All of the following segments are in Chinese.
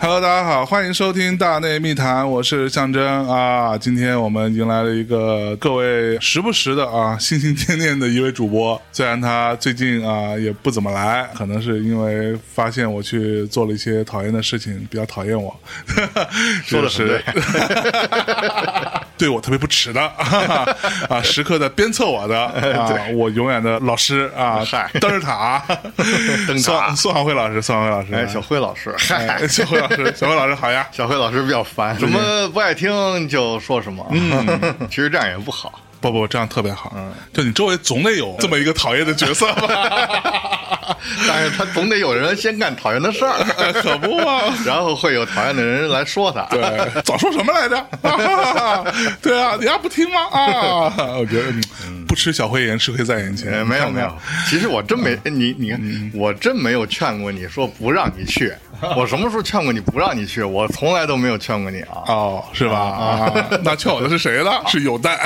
Hello，大家好，欢迎收听《大内密谈》，我是象征啊。今天我们迎来了一个各位时不时的啊，心心念念的一位主播。虽然他最近啊也不怎么来，可能是因为发现我去做了一些讨厌的事情，比较讨厌我。 说得很是对， 对我特别不耻的啊，时刻的鞭策 我的啊，我永远的老师啊嗨，灯儿塔， 灯塔宋宋晓辉老师，宋晓辉老师，哎，小辉老师，嗨 哎，小辉老师，小辉老师好呀。小辉老师比较烦，什么不爱听就说什么，嗯，其实这样也不好。不不，这样特别好。就你周围总得有这么一个讨厌的角色 吧？但是他总得有人先干讨厌的事 儿，可不嘛。然后会有讨厌的人来说他。对，早说什么来着？ 对啊，你还不听吗？ 啊，我觉得、嗯、不吃小慧眼，吃亏在眼呃，前。没有看没看有，其实我真没你你看，我真没有劝过你说不让你 去。我什么时候劝过你不让你去？我从来都没有劝过你啊。哦，是吧？啊，那劝我的是谁 呢？是有蛋，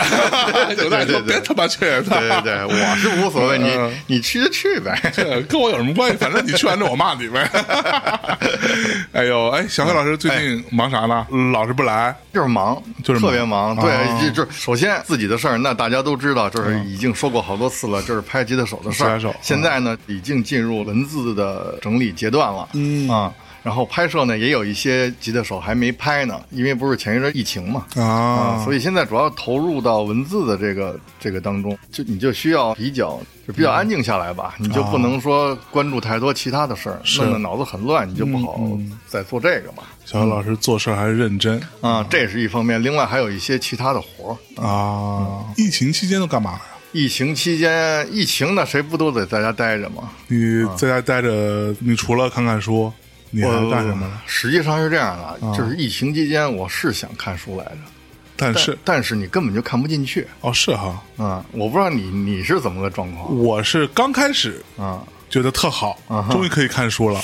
有蛋对说对对别他妈劝他，对对对，我是无所谓，你嗯你去就去 呗。这 跟我有什么关系？反正你去完之后我骂 你呗。哎呦，哎，小黑老师最近忙啥呢？老是不来，就是忙，就是忙特别忙，哦对，就就是首先自己的事儿，那大家都知道，就是已经说过好多次了，就是拍《吉他手》的事吉他儿手。嗯现在呢，已经进入文字的整理阶段了，嗯啊，然后拍摄呢也有一些吉他手还没拍呢，因为不是前一阵疫情嘛，啊啊，所以现在主要投入到文字的这个这个当中，就你就需要比较就比较安静下来吧，嗯你就不哦能说关注太多其他的事儿，弄得脑子很乱，你就不好嗯再做这个嘛。小黑老师做事儿还是认真啊，这是一方面，另外还有一些其他的活儿。啊。疫情期间都干嘛了呀？疫情期间，疫情那谁不都得在家待着吗？你在家待着，你除了看看书，你还我干什么呢？啊实际上是这样的，就是疫情期间我是想看书来着，但但是但是你根本就看不进去哦，是哈，啊！我不知道你你是怎么个状况我是刚开始啊？觉得特好，终于可以看书了。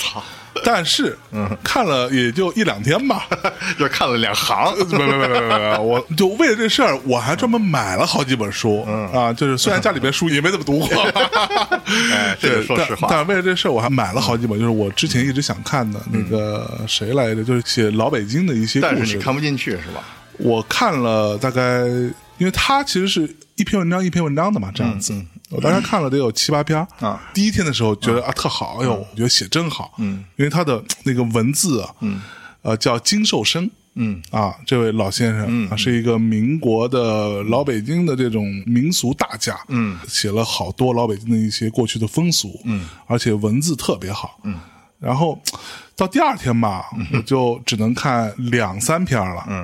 但是，看了也就一两天吧。就看了两行， 没没没没没没， 我就为了这事儿，我还专门买了好几本书、啊。就是虽然家里边书也没怎么读 过，哎， 对，这个说实话但，但为了这事儿，我还买了好几本，就是我之前一直想看的那个谁来着，就是写老北京的一些嗯但故是事你。看不进去是吧？我看了大概，因为它其实是一篇文章一篇文章的嘛，这样子。我大概看了得有七八篇儿嗯啊。第一天的时候觉得、啊特好，哎呦，我觉得写真好，嗯，因为他的那个文字啊，嗯，呃叫金寿生。嗯啊，这位老先生、啊，是一个民国的老北京的这种民俗大家，嗯，写了好多老北京的一些过去的风俗，嗯，而且文字特别好，嗯，然后到第二天吧，我就只能看两三篇了，嗯，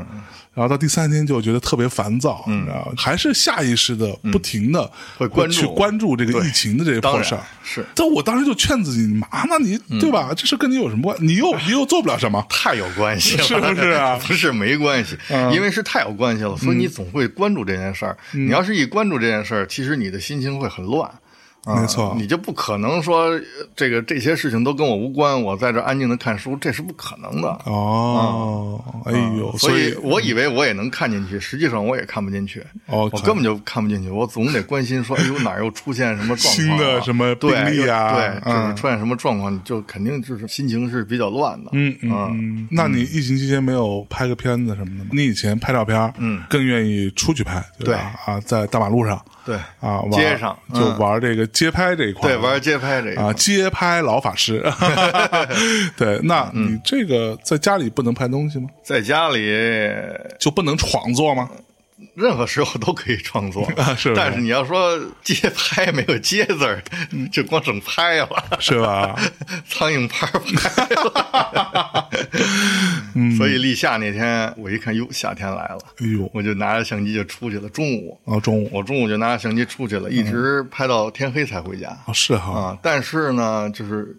然后到第三天就觉得特别烦躁，嗯，然后还是下意识的不停的会关注去关注这个疫情的这个当破然事儿。是但我当时就劝自己，你妈呢你对吧？这事跟你有什么关？你又你又做不了什么。太有关系 了，是不是啊 嗯不是没关系，因为是太有关系了，所以你总会关注这件事儿。你要是一关注这件事儿，其实你的心情会很乱。啊没错你就不可能说呃这个这些事情都跟我无关，我在这安静的看书，这是不可能的。哦，哎呦，嗯嗯所所以我以为我也能看进去，实际上我也看不进去。哦我看根本就看不进去，我总得关心说，哎呦哪儿又出现什么状新况、啊、的什么病例啊对，对，就嗯是出现什么状况，你就肯定就是心情是比较乱的。嗯嗯嗯，那你疫情期间没有拍个片子什么的吗？你以前拍照片，嗯，更愿意出去拍，对吧？啊，在大马路上，对啊，玩街上嗯就玩这个街拍这一块，对，玩街拍这个。啊，街拍老法 师， 对，那嗯你这个在家里不能拍东西吗？在家里就不能创作吗？任何时候都可以创作啊 是吗但是你要说街拍没有街字儿，就光整拍了， 是吧？ 苍蝇拍儿拍了。 嗯所以立夏那天，我一看，哟，夏天来了，哎呦，我就拿着相机就出去了。中午，啊，中午我中午就拿着相机出去嗯了，一直拍到天黑才回家啊是哈，啊。但是呢，就是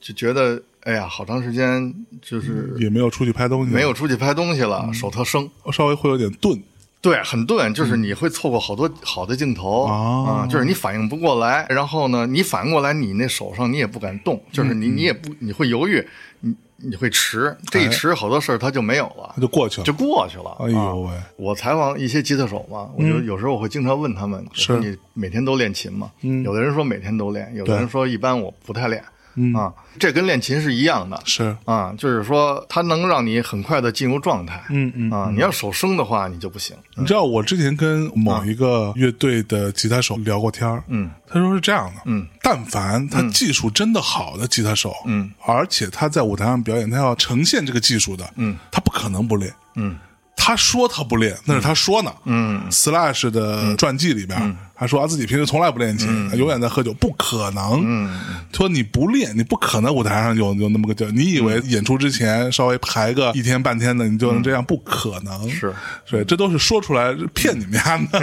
就觉得，哎呀，好长时间就是也没有出嗯去拍东西，嗯没有出去拍东西了，手特生。稍微会有点钝对，很钝，就是你会错过好多好的镜头嗯哦啊、就是你反应不过来，然后呢，你反应过来，你那手上你也不敢动，就是嗯你、你也不你会犹豫，你你会哎迟，这一迟好多事儿它就没有了，那就过去了就。过去了。嗯哎啊呦喂，我采访一些吉他手嘛，我就有时候我会经常问他们，我说是你每天都练琴吗？有的人说每天都练，有的人说一般我不太练。嗯啊，这跟练琴是一样的，是，啊，就是说它能让你很快的进入状态，嗯嗯。啊，你要手生的话，你就不行。你知道我之前跟啊某一个乐队的吉他手聊过天嗯，他说是这样的，嗯，但凡他技术真的好的吉他手，嗯，而且他在舞台上表演，他要呈现这个技术的，嗯，他不可能不练，嗯他说他不练，那是他说呢，嗯嗯 Slash 的传记里边，他说啊自己平时从来不练琴，永远在喝酒，不可能。说你不练，你不可能舞台上有有那么个劲儿。你以为演出之前稍微排个一天半天的，你就能这样？不可能。嗯是，所以这都是说出来骗你们家 的，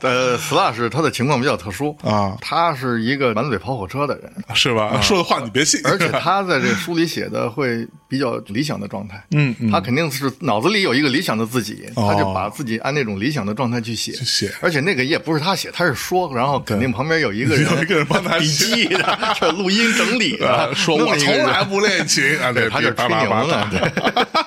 呃，Slash 他的情况比较特殊啊他是一个满嘴跑火车的人，是吧？说的话你别信。啊而 且他在这书里写的会比较理想的状态，嗯嗯他肯定是脑子里有一个理想的自己，哦他就把自己按那种理想的状态去写，写而且那个也不是他写，他是说，然后肯定旁边有一个人，有一个人帮他 笔写记的， 这录音整理啊的，说弄我了一从个人来不练琴啊，对， 对，他就是叭吹叭牛叭呢， 对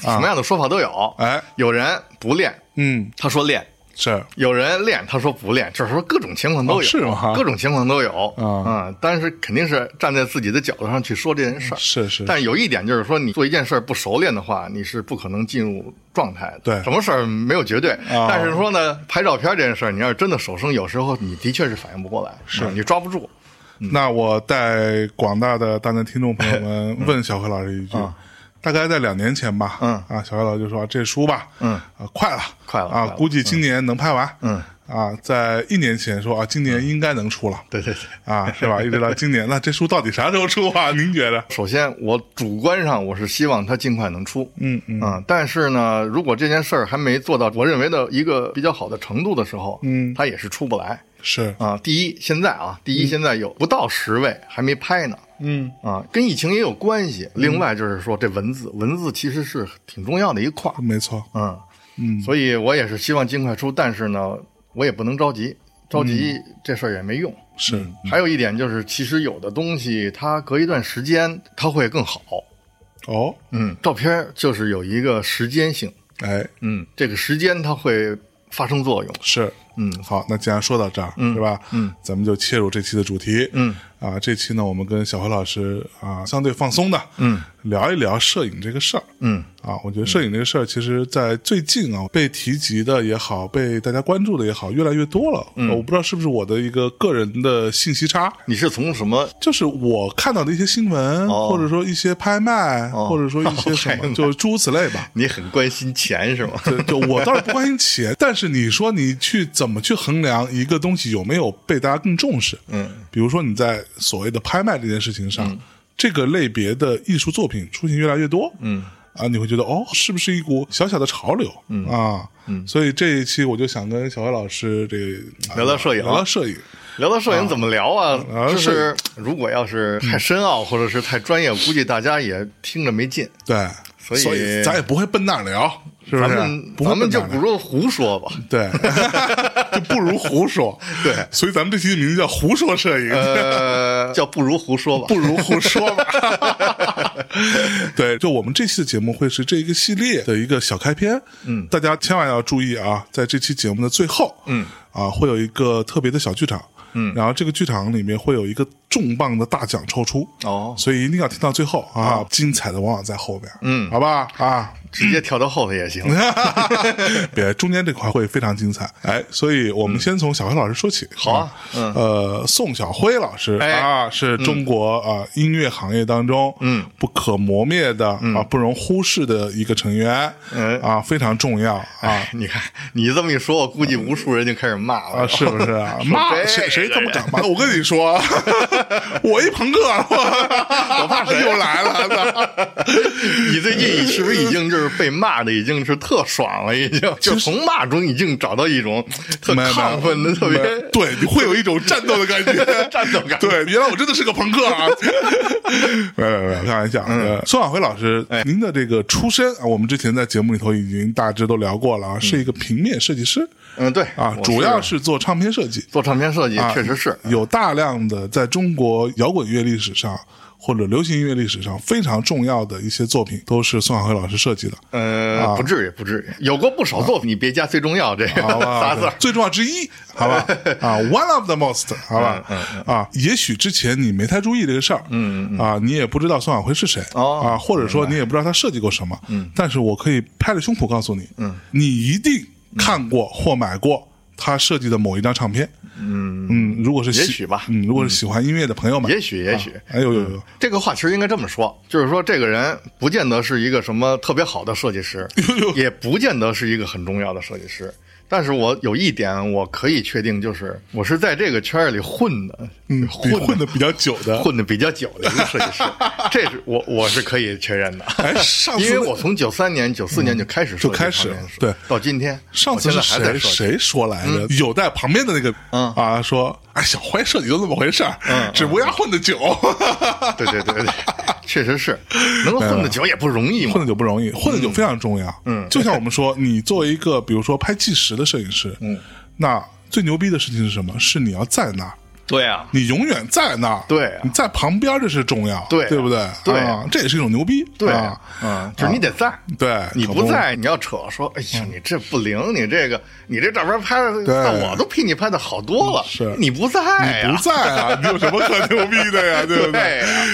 什么样的说法都有，哎有人不练，嗯，他说练。是有人练，他说不练，就是说各种情况都有，哦是吗各种情况都有啊嗯但是肯定是站在自己的角度上去说这件事儿。是是，但有一点就是说，你做一件事儿不熟练的话，你是不可能进入状态的。对什么事儿没有绝对，啊但是说呢，拍照片这件事儿，你要是真的手生，有时候你的确是反应不过来，是、你抓不住。嗯那我带广大的大家听众朋友 们问小何老师一句，大概在两年前吧，啊嗯啊，小何老师就说这书吧，嗯啊，快了，快了啊快，了估计今年能拍完，嗯啊，在一年前说啊，今年应该能出了，对对对。 啊，是吧？一直到今年，那这书到底啥时候出啊？您觉得？首先，我主观上我是希望它尽快能出，嗯嗯啊、但是呢，如果这件事儿还没做到我认为的一个比较好的程度的时候，嗯它也是出不来是，啊、第一，现在啊，第一，现在有不到十位还没拍呢，嗯，啊，跟疫情也有关系。另外就是说，这文字，文字其实是挺重要的一块儿，没错，嗯嗯所以我也是希望尽快出，但是呢，我也不能着急，着急这事儿也没用。是，还有一点就是，其实有的东西它隔一段时间它会更好，哦，嗯，照片儿就是有一个时间性，哎，嗯，这个时间它会发生作用，是，嗯好，那既然说到这儿，是吧？嗯，咱们就切入这期的主题。嗯，啊，这期呢，我们跟小何老师啊，相对放松的，嗯，聊一聊摄影这个事儿。嗯啊，我觉得摄影这个事儿，其实在最近啊，被提及的也好，被大家关注的也好，越来越多了。嗯，我不知道是不是我的一个个人的信息差，你是从什么？就是我看到的一些新闻，哦或者说一些拍卖，哦或者说一些 什拍么，卖就诸如此类 吧。你很关心钱是吗？对，就我倒是不关心钱，但是你说你去怎么去衡量一个东西有没有被大家更重视？嗯，比如说你在所谓的拍卖这件事情上，这个类别的艺术作品出现越来越多，嗯，啊，你会觉得哦，是不是一股小小的潮流？嗯啊，嗯，所以这一期我就想跟小黑老师这个啊聊聊摄影啊聊聊摄影，聊到摄影怎么聊啊？啊就摄是如果要是太深奥或者是太专业，估计大家也听着没劲。对，所所以咱也不会奔那儿聊，是不咱是？们啊不会咱奔那们就儿聊不如胡说吧。对， 就不如胡说。 对所以咱们这期的名字叫“胡说摄影”， 呃，叫不如胡说吧。不如胡说吧。 对，就我们这期的节目会是这一个系列的一个小开篇。嗯，大家千万要注意啊，在这期节目的最后，嗯，啊，会有一个特别的小剧场。嗯，然后这个剧场里面会有一个重磅的大奖抽出哦所以一定要听到最后啊！精彩的往往在后面，嗯，好吧啊，直接跳到后头也行。啊 别中间这块会非常精彩，哎，所以我们先从小辉老师说起。好啊嗯呃，宋小辉老师哎啊，是中国啊音乐行业当中嗯不可磨灭的啊不容忽视的一个成员嗯，啊，非常重要啊。 你看，你这么一说，我估计无数人就开始骂啊，了。是不是啊？ 骂谁谁他妈敢哎骂？我跟你说，我一朋克，我我怕谁 又来 了？你最近是不是已经就是被骂的已经是特爽了？已经就是从骂中已经找到一种特没有没有亢奋的、特别没有对，你会有一种战斗的感觉， 战斗感。 对，原来我真的是个朋克啊！ 没有没有没有，开玩笑。呃孙晓辉老师，您的这个出身啊，我们之前在节目里头已经大致都聊过了啊，是一个平面设计师嗯，对啊，我主要是做唱片设计，做唱片设计，啊确实是。有大量的在中国摇滚乐历史上。或者流行音乐历史上非常重要的一些作品，都是宋晓辉老师设计的。啊呃，不至于，不至于，有过不少作品，你别加最重要这 个好吧 仨字儿，最重要之一，好 吧啊，one of the most，好吧嗯啊，也许之前你没太注意这个事儿，嗯啊，你也不知道宋晓辉是谁哦啊，或者说你也不知道他设计过什么，嗯，但是我可以拍着胸脯告诉你，嗯，你一定看过或买过他设计的某一张唱片，嗯嗯，如果是喜也许吧嗯嗯，如果是喜欢音乐的朋友们，也许，也许。哎呦呦呦，这个话其实应该这么说，就是说这个人不见得是一个什么特别好的设 计师，也不见得是一个很重要的设计师。但是我有一点我可以确定，就是我是在这个圈儿里混的，嗯，混比混的比较久的， 混的比较久的一个设 计师，这是我我是可以确认的。哎，上次嗯因为我从九三年、九四年就开始设计就开始了方面的事对到今天，上次我是现在还谁在设计谁说嗯来着？有在旁边的那个、嗯啊说，哎，小辉设计就那么回事儿，只不过他混的久， 对对对对，确实是能够混嗯得久也不容易嘛 混。的久不容易，混的久非常重要。嗯，就像我们说，你作为一个比如说拍纪实的摄影师，嗯，那最牛逼的事情是什么？是你要在那儿。 对啊，你永远在那儿，对啊你在旁边这是重要，对啊对不对？对啊，这也是一种牛逼，对啊，嗯，就是你得在。对，你可嗯不在，你要扯说，哎呀，你这不灵，你这个，你这照片拍的，对那我都比你拍的好多了。是你不在呀，不在 啊，你有什么可牛逼的呀？对不对？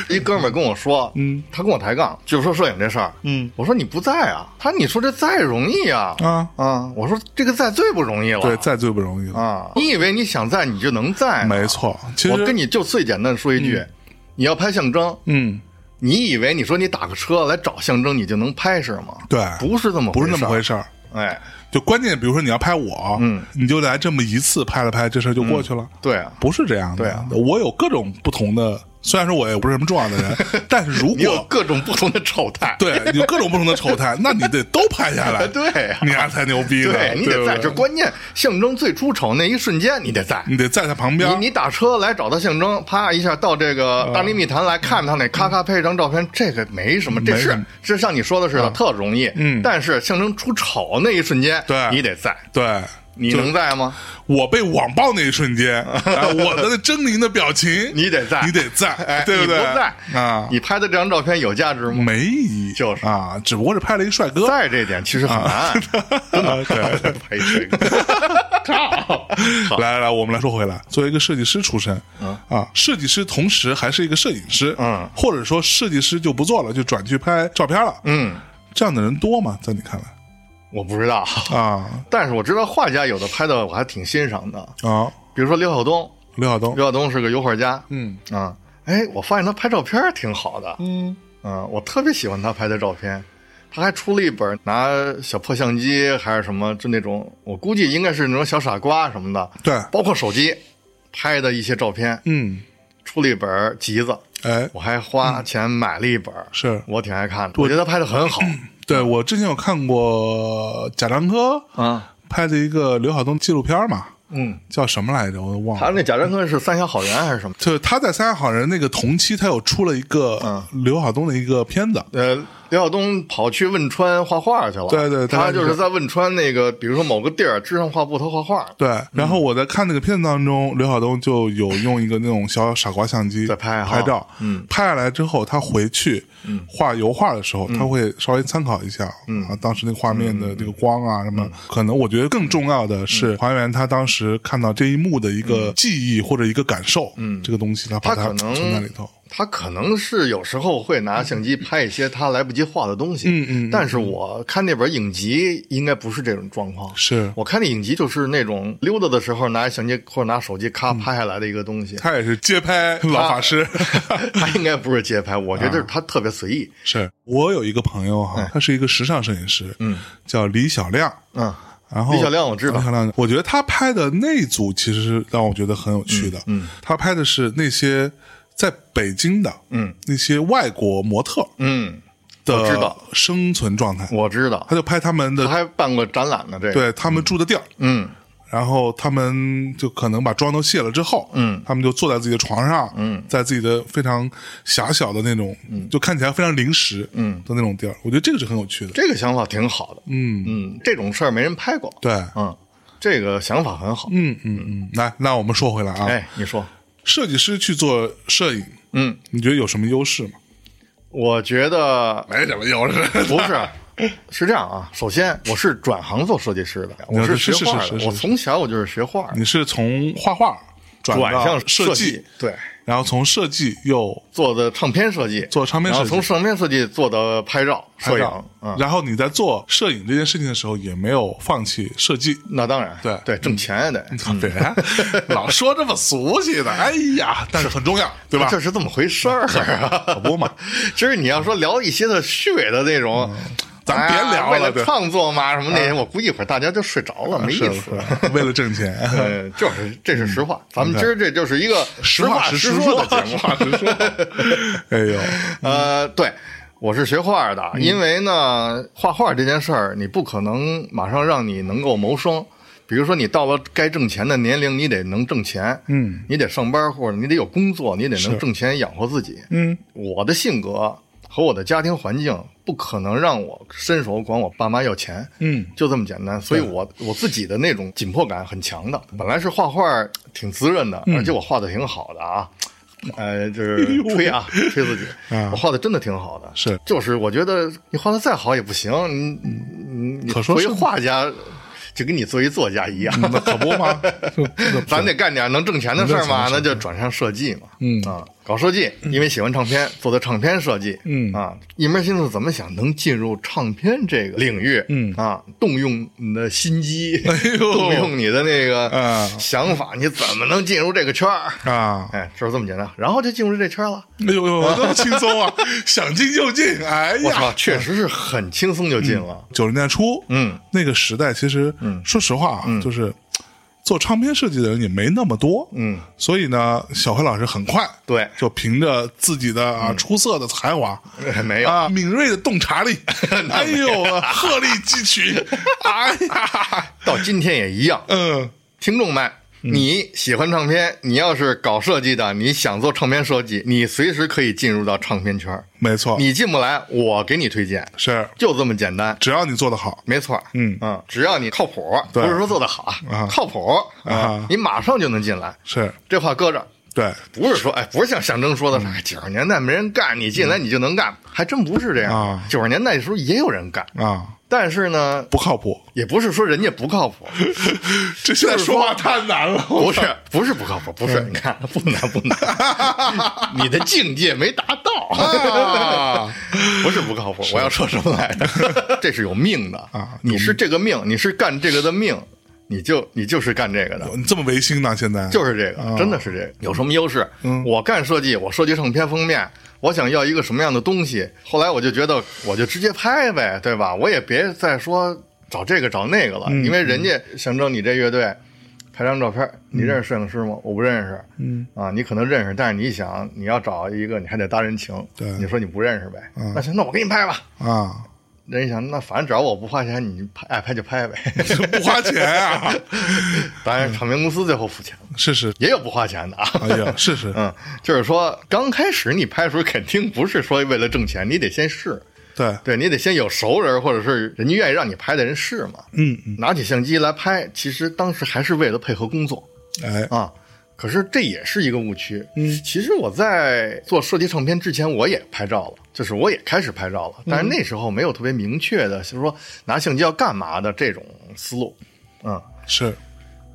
对，一哥们儿跟我说，嗯，他跟我抬杠，就是说摄影这事儿，嗯，我说你不在啊，他你说这在容易啊，啊啊，我说这个在最不容易了，对，在最不容易了，啊，你以为你想在你就能在？没，错。其实我跟你就最简单的说一句，你要拍象征，嗯，你以为你说你打个车来找象征，你就能拍是吗？对不是这么不是那么回事事儿。儿，哎，就关键，比如说你要拍我，嗯，你就来这么一次拍了拍，这事儿就过去了，对啊，不是这样的。对啊我有各种不同的，虽然说我也不是什么重要的人， 但是如你有果各种不同的丑态，对你有各种不同的丑态，那你得都拍下来， 对啊你丫才牛逼呢，对你得不在，这关键象征最出丑那一瞬间，你得在。你得在他旁边，你你打车来找他象征，啪一下到这个大内密谈来看他那，咔咔拍一张照片，这个没什么，这没什是么这像你说的似的，特容易。嗯但是象征出丑那一瞬间，对你得在，对。你能在吗？我被网暴那一瞬 间，啊我的那狰狞的表情，你得在你得哎在，，对你对？不在啊，你拍的这张照片有价值吗？没意义，就是啊，只不过是拍了一帅 哥，在这点其实很难，真的拍这个， 靠，来来来，我们来说回来，作为一个设计师出身，啊，设计师同时还是一个摄影师，嗯，或者说设计师就不做了，就转去拍照片了，嗯，这样的人多吗？在你看来我不知道，啊但是我知道画家有的拍的我还挺欣赏的，啊，比如说刘晓东，刘晓东，刘晓东是个油画家，嗯啊，哎，我发现他拍照片儿挺好的，嗯嗯，我特别喜欢他拍的照片。他还出了一本拿小破相机还是什么，就那种我估计应该是那种小傻瓜什么的，对包括手机拍的一些照片，嗯，出了一本集子，哎，我还花钱买了一本，是我挺爱看的，我觉得他拍的很好对我之前有看过贾樟柯啊，拍的一个刘晓东纪录片嘛，嗯，叫什么来着？我都忘他了。那贾樟柯是三峡好园还是什么？就是他在《三峡好人》那个同期，他有出了一个嗯刘晓东的一个片子，呃，刘晓东跑去汶川画画去了。对对他他就是在汶川那个，比如说某个地儿支上画布，他画画对，然后我在看那个片子当中，刘晓东就有用一个那种小傻瓜相机在拍哈拍照，嗯，拍下来之后，他回去画油画的时候，他会稍微参考一下，嗯啊，当时那个画面的这个光啊什么，可能我觉得更重要的是还原他当时看到这一幕的一个记忆或者一个感受，嗯，这个东西他把他它可能存在里头，他可能是有时候会拿相机拍一些他来不及画的东西。嗯嗯。但是我看那本影集应该不是这种状况。是我看那影集就是那种溜达的时候拿相机或者拿手机咔拍下来的一个 东西。他也是街拍老法师。他应该不是街拍，我觉得他特别随意。是我有一个朋友哈，他是一个时尚摄影师，嗯，叫李小亮，嗯，然后李小亮我知道李小亮，我觉得他拍的那一组其实是让我觉得很有趣的。嗯，他拍的是那些在北京的，嗯，那些外国模特嗯，我知的道生存状态，我知道他，就拍他们他的，还办过展览呢。这个，对他们住的地儿。嗯，然后他们就可能把妆都卸了之后，嗯，他们就坐在自己的床上，嗯，在自己的非常狭小的那种，嗯，就看起来非常临时，嗯的那种地儿，我觉得这个是很有趣的，这个想法挺好的。嗯，嗯，这种事儿没人拍过。对，嗯，这个想嗯法很好。哎嗯嗯嗯，来，那我们说回来啊，哎，你说，设计师去做摄影，嗯，你觉得有什么优势吗？我觉得没什么优势，不是。 是这样啊，首先我是转行做设计师的，我学画的，啊是是是是我从小我就是学画，你是从画画转转到向设计，对，然后从设计又做的唱片设计，做唱片设计然后从唱片设计做的拍照、摄影，嗯，然后你在做摄影这件事情的时候，也没有放弃设计。那当然，对对，挣钱也得，别 老说这么俗气的，哎呀，但是很重要，对吧？这是这么回事儿啊， 可不嘛。 其实你要说聊一些的虚伪的那种，嗯咱别哎呀聊了为了对啊创作嘛什么那些，我估计一会儿大家就睡着了，没意是思。是 为了挣钱， 呃，就是这是实话，咱们今儿这就是一个实话实实说的节实目。话 实说。哎呦，呃，嗯对，我是学画的，因为呢，画画这件事儿，你不可能马上让你能够谋生。比如说，你到了该挣钱的年龄，你得能挣钱，嗯，你得上班或者你得有工作，你得能挣钱养活自己。嗯，我的性格和我的家庭环境不可能让我伸手管我爸妈要钱，嗯，就这么简单。所以我我自己的那种紧迫感很强的。本来是画画挺滋润嗯的，而且我画的挺好 的啊。呃，就是哎吹啊，吹自己，嗯我画的真的挺好的，是就是我觉得你画的再好也不行，你你你可说作为是嗯画家，就跟你作为作家一样，那可不 嘛，这这咱得干点能挣钱的事儿嘛，能挣钱的事儿那就转向设计嘛。嗯啊，搞设计，因为喜欢唱片，做的唱片设计。嗯啊，一门心思怎么想能进入唱片这个领域？嗯啊，动用你的心机，哎呦动用你的那个啊想法，你怎么能进入这个圈儿？啊，哎，就是这么简单，然后就进入这圈了。哎呦呦，多轻松 啊，想进就进，哎我操，呀，确实是很轻松就进了。九十年代初，嗯，那个时代其实，说实话啊，就是做唱片设计的人也没那么多，嗯，所以呢，小辉老师很快对嗯就凭着自己的啊出色的才华。没有，啊，敏锐的洞察 力，哎呦，鹤立鸡群，哎呀，到今天也一样。嗯，听众们，你喜欢唱片，你要是搞设计的，你想做唱片设计，你随时可以进入到唱片圈儿。没错，你进不来，我给你推荐，是就这么简单。只要你做得好，没错，嗯嗯，只要你靠谱，不对是说做得好，啊靠谱啊你马上就能进来。是这话搁这儿，对，不是说哎，不是像象征嗯说的啥，九十年代没人干，你进来你就能干，还真不是这样啊。九十年代的时候也有人干，啊，但是呢，不靠谱，也不是说人家不靠谱，这现在说话太难了，不是，不是不靠谱，不是，你看不难不难，你的境界没达到，不是不靠谱，我要说什么来着？ 这是有命的啊你是这个命，你是干这个的命，你就你就是干这个的。你这么违心呢？现在就是这个，真的是这个。有什么优势？我干设计，我设计唱片封面，我想要一个什么样的东西？后来我就觉得，我就直接拍呗，对吧？我也别再说找这个找那个了，因为人家象征你这乐队。拍张照片，你认识摄影师吗？我不认识。嗯啊，你可能认识，但是你想你要找一个，你还得搭人情。对你说你不认识呗？那行，那我给你拍吧。 啊，人家想，那反正只要我不花钱，你拍爱拍就拍呗。 不花钱啊，当然，唱片公司最后付钱了，是是，也有不花钱的啊。哎呀，是是，嗯，就是说刚开始你拍的时候，肯定不是说为了挣钱，你得先试，对，对你得先有熟人或者是人家愿意让你拍的人试嘛。嗯嗯，拿起相机来拍，其实当时还是为了配合工作哎，啊。可是这也是一个误区。嗯，其实我在做设计唱片之前，我也拍照了，就是我也开始拍照了，但是那时候没有特别明确的，就是说拿相机要干嘛的这种思路。嗯，是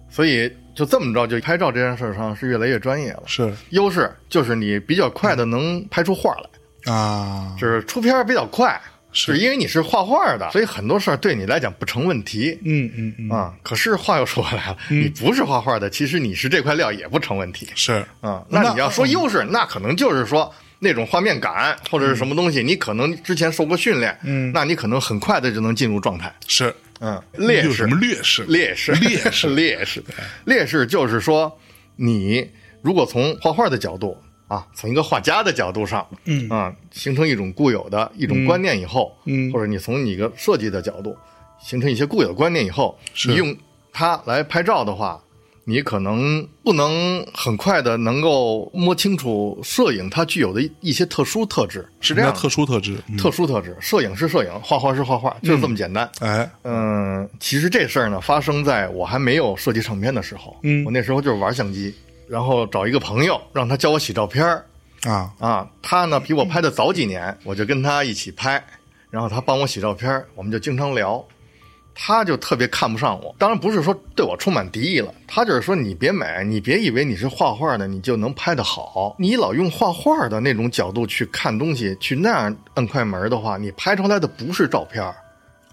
所以就这么着，就拍照这件事儿上是越来越专业了。是优势就是你比较快的能拍出画来，啊，就是出片儿比较快，是因为你是画画的，所以很多事儿对你来讲不成问题。嗯嗯嗯，啊、可是话又说回来了，你不是画画的，其实你是这块料也不成问题是啊、那你要说优势，那可能就是说那种画面感或者是什么东西，你可能之前受过训练，嗯，那你可能很快的就能进入状态。是，嗯，劣势有什么劣势？劣势，劣势劣势，劣势就是说，你如果从画画的角度啊，从一个画家的角度上，嗯啊，形成一种固有的一种观念以后，嗯或者你从你一个设计的角度形成一些固有的观念以后，是你用它来拍照的话。你可能不能很快的能够摸清楚摄影它具有的一些特殊特质，是这样特殊特质，嗯特殊特质。摄影是摄影，画画是画画，就是这么简单。哎，嗯，其实这事儿呢，发生在我还没有设计唱片的时候。嗯我那时候就是玩相机，然后找一个朋友让他教我洗照片儿啊啊，他呢比我拍的早几年，我就跟他一起拍，然后他帮我洗照片，我们就经常聊。他就特别看不上我，当然不是说对我充满敌意了，他就是说你别美，你别以为你是画画的你就能拍得好，你老用画画的那种角度去看东西，去那样摁快门的话，你拍出来的不是照片儿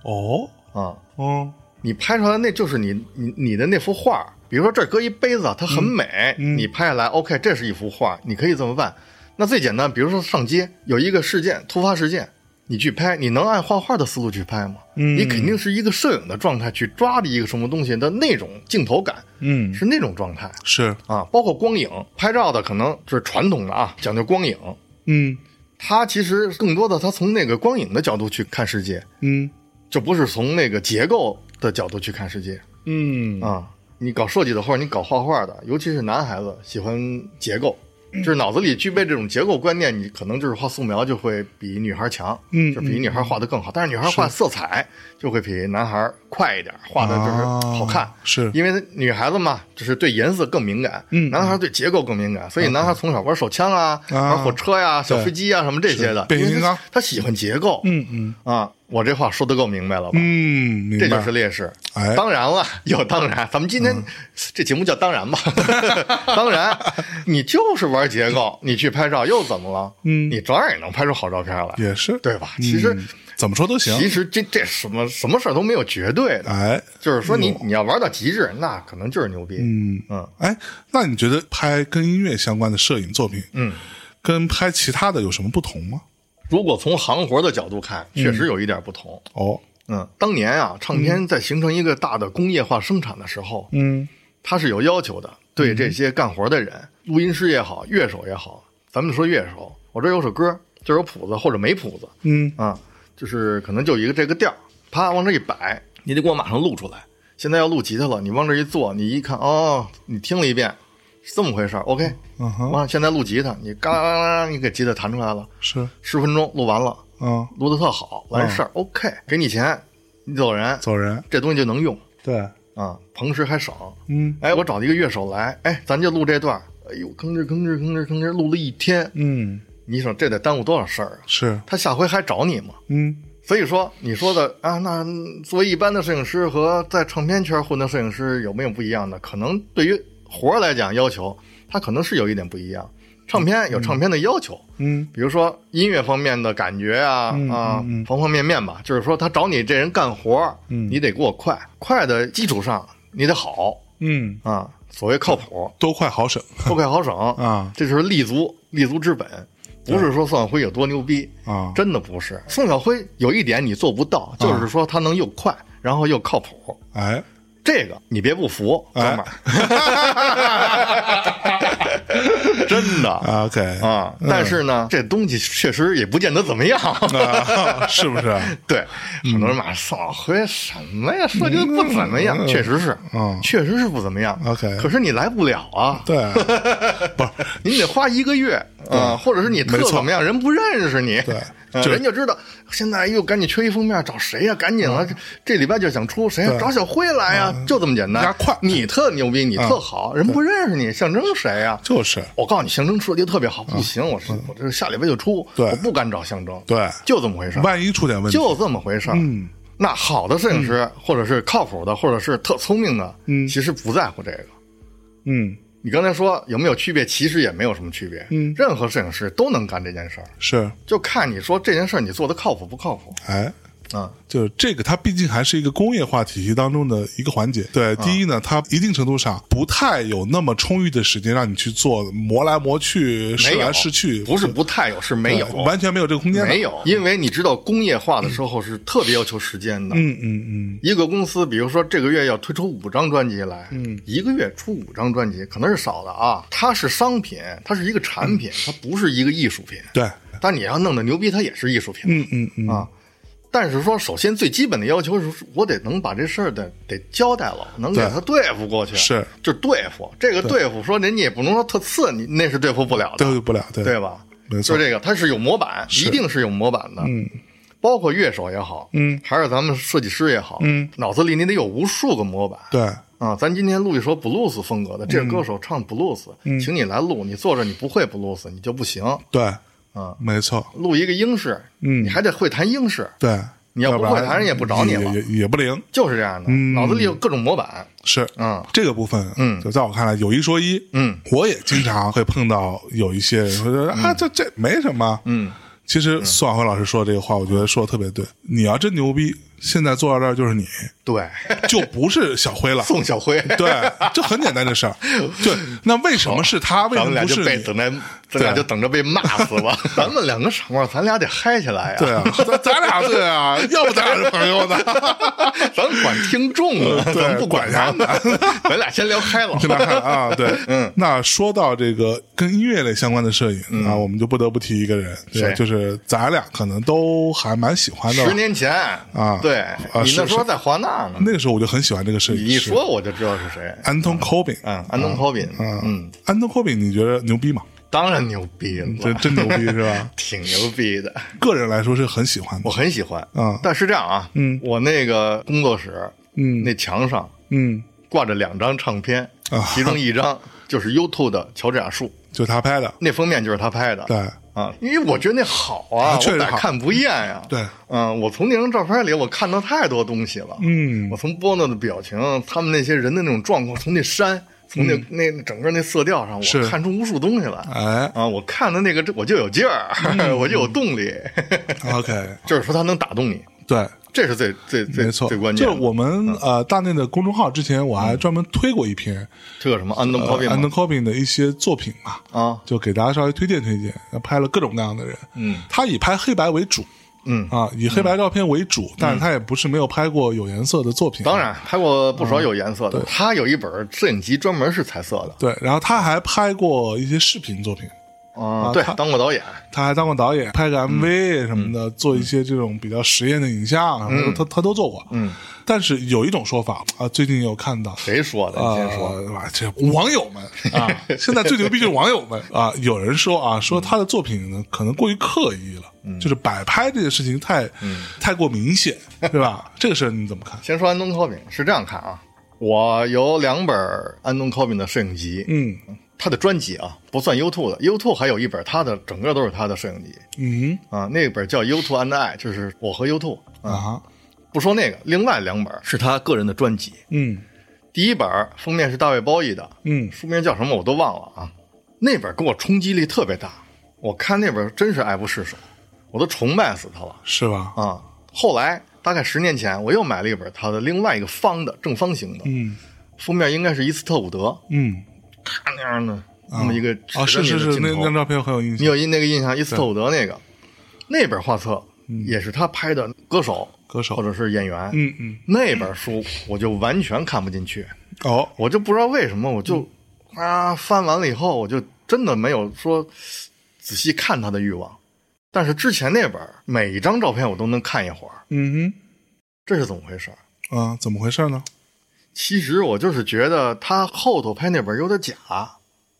哦，啊，嗯你拍出来那就是你你你的那幅画。比如说这儿搁一杯子，它很美，嗯你拍下来，OK，这是一幅画，你可以这么办。那最简单，比如说上街有一个事件，突发事件，你去拍，你能按画画的思路去拍吗？嗯你肯定是一个摄影的状态去抓着一个什么东西的那种镜头感，嗯，是那种状态是，啊。包括光影，拍照的可能就是传统的啊，讲究光影，嗯它其实更多的它从那个光影的角度去看世界，嗯就不是从那个结构的角度去看世界嗯啊。你搞设计的或者你搞画画的，尤其是男孩子喜欢结构。嗯就是脑子里具备这种结构观念，你可能就是画素描就会比女孩强，嗯就比女孩画的更好。但是女孩画色彩就会比男孩快一点，画的就是好看。啊是因为女孩子嘛，就是对颜色更敏感，嗯男孩对结构更敏感，所以男孩从小玩手枪啊、玩火车呀、小飞机啊什么这些的，是变形金刚因为他他喜欢结构，嗯嗯啊，我这话说的够明白了吧？嗯，明这白，就是劣势。哎当然 了，有当然，咱们今天、这节目叫当然 吧。当然，你就是玩结构，你去拍照又怎么了？嗯你照样也能拍出好照片来，也是，对吧？其实，嗯怎么说都行，其实这这什么什么事儿都没有绝对的，哎，就是说你你要玩到极致，那可能就是牛逼。嗯嗯，哎，那你觉得拍跟音乐相关的摄影作品，嗯，跟拍其他的有什么不同吗？如果从行活的角度看，确实有一点不同。哦，嗯，当年啊，唱片在形成一个大的工业化生产的时候，嗯它是有要求的，对这些干活的人，录音师也好，乐手也好，咱们说乐手，我这有首歌，这有谱子或者没谱子嗯啊，就是可能就一个这个调儿，啪往这一摆，你得给我马上录出来。现在要录吉他了，你往这一坐，你一看，哦，你听了一遍，是这么回事儿，OK，嗯哼，往现在录吉他，你嘎啦啦啦，你给吉他弹出来了，是啊十分钟录完了，，嗯录的特好，完事儿、OK，给你钱，你嗯走人，走人，这东西就能用对，啊，平时还省。嗯哎，我找一个乐手来，哎，咱就录这段儿。哎呦，吭哧吭哧吭哧吭哧，录了一天，嗯你想这得耽误多少事儿啊？是，他下回还找你吗？嗯所以说，你说的啊，那作为一般的摄影师和在唱片圈混的摄影师有没有不一样的？可能对于活儿来讲，要求他可能是有一点不一样。唱片有唱片的要求，嗯比如说音乐方面的感觉啊、啊，方方面面吧。就是说，他找你这人干活儿，你得给我快，快的基础上你得好嗯，啊，所谓靠谱。多快好省多快好省啊这就是立足立足之本，不是说宋晓辉有多牛逼，啊，真的不是。宋晓辉有一点你做不到，就是说他能又快，然后又靠谱，哎，这个你别不服，哥们儿， 真的。啊 OK 啊，但是呢，这东西确实也不见得怎么样。啊， 是不是？对，很多人骂宋晓辉什么呀，说就不怎么样，确实是嗯，确实是不怎么样。 OK 可是你来不了啊，对，不是，你得花一个月啊，或者是你特怎么样，人不认识你，对啊就人就知道现在又赶紧缺一封面，找谁呀？赶紧啊了，这这礼拜就想出谁呀？找小辉来呀，就这么简单压。啊快你特牛逼，你特好，人不认识你，象征谁呀？就是我告诉你，象征出的就特别好，不行，我是我这下礼拜就出，啊嗯对我不敢找象征，对就这么回事 儿，万一出点问题，就这么回事儿。嗯。那好的摄影师，或者是靠谱的，或者是特聪明的，嗯其实不在乎这个，嗯，你刚才说有没有区别？其实也没有什么区别。嗯任何摄影师都能干这件事儿，是，就看你说这件事儿你做的靠谱不靠谱哎。啊。就是这个，它毕竟还是一个工业化体系当中的一个环节。对，第一呢，它一定程度上不太有那么充裕的时间让你去做磨来磨去、试没有来试去，不是不太有，是没有，对完全没有这个空间的。没有。因为你知道工业化的时候是特别要求时间的。嗯嗯一个公司，比如说这个月要推出五张专辑来，嗯，一个月出五张专辑可能是少的啊。它是商品，它是一个产品，它不是一个艺术品。嗯，对，但你要弄得牛逼，它也是艺术品。嗯嗯嗯，啊。但是说，首先最基本的要求是，我得能把这事儿得得交代了，能给对他对付过去，是就对付这个对付，说人家也不能说特次，你那是对付不了的，对付不了，对对吧？没错就这个，它是有模板，一定是有模板的，嗯，包括乐手也好，嗯，还是咱们设计师也好，嗯，脑子里你得有无数个模板，对啊，咱今天录一首布鲁斯风格的，嗯这个歌手唱布鲁斯，请你来录，你坐着你不会布鲁斯，你就不行。对，啊，没错，录一个英式，嗯你还得会弹英式，对，你要不然会弹人也不找你也了也也不灵。就是这样的，脑子里有各种模板。是，嗯这个部分，嗯，就在我看来有一说一，嗯，我也经常会碰到有一些人会说啊，这这没什么，嗯，其实苏晓辉老师说这个话，我觉得说的特别对。你要真牛逼，现在坐到这儿 就是你，对，，就不是小辉了宋小辉，对，就很简单的事儿。对，那为什么是他？为 咱什们么俩不就是被你？等着，咱俩就等着被骂死吧。咱们两个傻瓜，咱俩得嗨起来呀。 哎对啊，咱咱俩对啊，要不咱俩是朋友呢？咱们管听众啊，咱们不管他们，咱俩先聊嗨了。是吧？啊，对，嗯。 那说到这个跟音乐类相关的摄影、啊，我们就不得不提一个人，对吧嗯谁就是咱俩可能都还蛮喜欢的吧 十。年前啊对你那是时候在华纳呢，那个时候我就很喜欢这个摄影师，你一说我就知道是谁。 Anton Corbin，嗯，安东·科宾，嗯， ，Anton Corbin，你觉得牛逼吗？当然牛逼了？真，真牛逼是吧挺牛逼 的，个人来说是很喜欢我的，很喜欢。嗯但是这样啊，嗯我那个工作室，嗯那墙上嗯，挂着两张唱片啊，其中一张就是 U2 的乔治亚树，就他拍的，那封面就是他拍的。对啊，因为我觉得那好啊啊，确实我百好看不厌呀、对，嗯，我从那张照片里我看到太多东西了。嗯我从波诺的表情，他们那些人的那种状况，从那山，从那、那整个那色调上，嗯是我看出无数东西来。哎啊，我看的那个，这我就有劲儿，嗯 我就有动力。 ，OK，就是说，他能打动你，对，这是最最最没错，最关键嗯就的。是我们呃大内的公众号之前我还专门推过一篇这个什么安东·科宾 Anton Corbin 呃的一些作品嘛，啊，就给大家稍微推荐推荐，拍了各种各样的人。嗯，他以拍黑白为主，嗯啊，以黑白照片为主，但是他也不是没有拍过有颜色的作品。当，然拍过不少有颜色的。嗯他有一本摄影集专门是彩色的。对。然后他还拍过一些视频作品，啊，对他，当过导演。他还当过导演，拍嗯个 MV 什么的，做一些这种比较实验的影像什么的，他他都做过。嗯，但是有一种说法啊，最近有看到。谁说的？你啊，先说。哇这网友们啊， 现在最牛逼就是网友们啊！有人说啊，说他的作品呢可能过于刻意了，嗯就是摆拍这件事情太、太过明显，对吧？嗯这个事儿你怎么看？先说安东·科宾是这样看啊，我有两本安东·科宾的摄影集，嗯他的专辑啊，不算 U2 的，U2 还有一本他的，整个都是他的摄影集嗯啊，那本叫《U2 and I》，就是我和 U2 啊。啊不说那个，另外两本是他个人的专辑，嗯第一本封面是大卫·包伊的，嗯书名叫什么我都忘了啊。那本给我冲击力特别大，我看那本真是爱不释手，我都崇拜死他了。是吧？啊。后来大概十年前，我又买了一本他的另外一个方的正方形的，嗯封面应该是伊斯特伍德，嗯咔那样的那么一个啊是是是，那那张张照片我很有印你象。有印那个印象？伊斯特伍德那个那本画册也是他拍的歌手歌手或者是演员，嗯嗯那本书我就完全看不进去，哦我就不知道为什么，我就啊翻完了以后，我就真的没有说仔细看他的欲望。但是之前那本每一张照片我都能看一会儿，嗯这是怎么回事儿？哼啊，怎么回事呢？其实我就是觉得他后头拍那本有点假，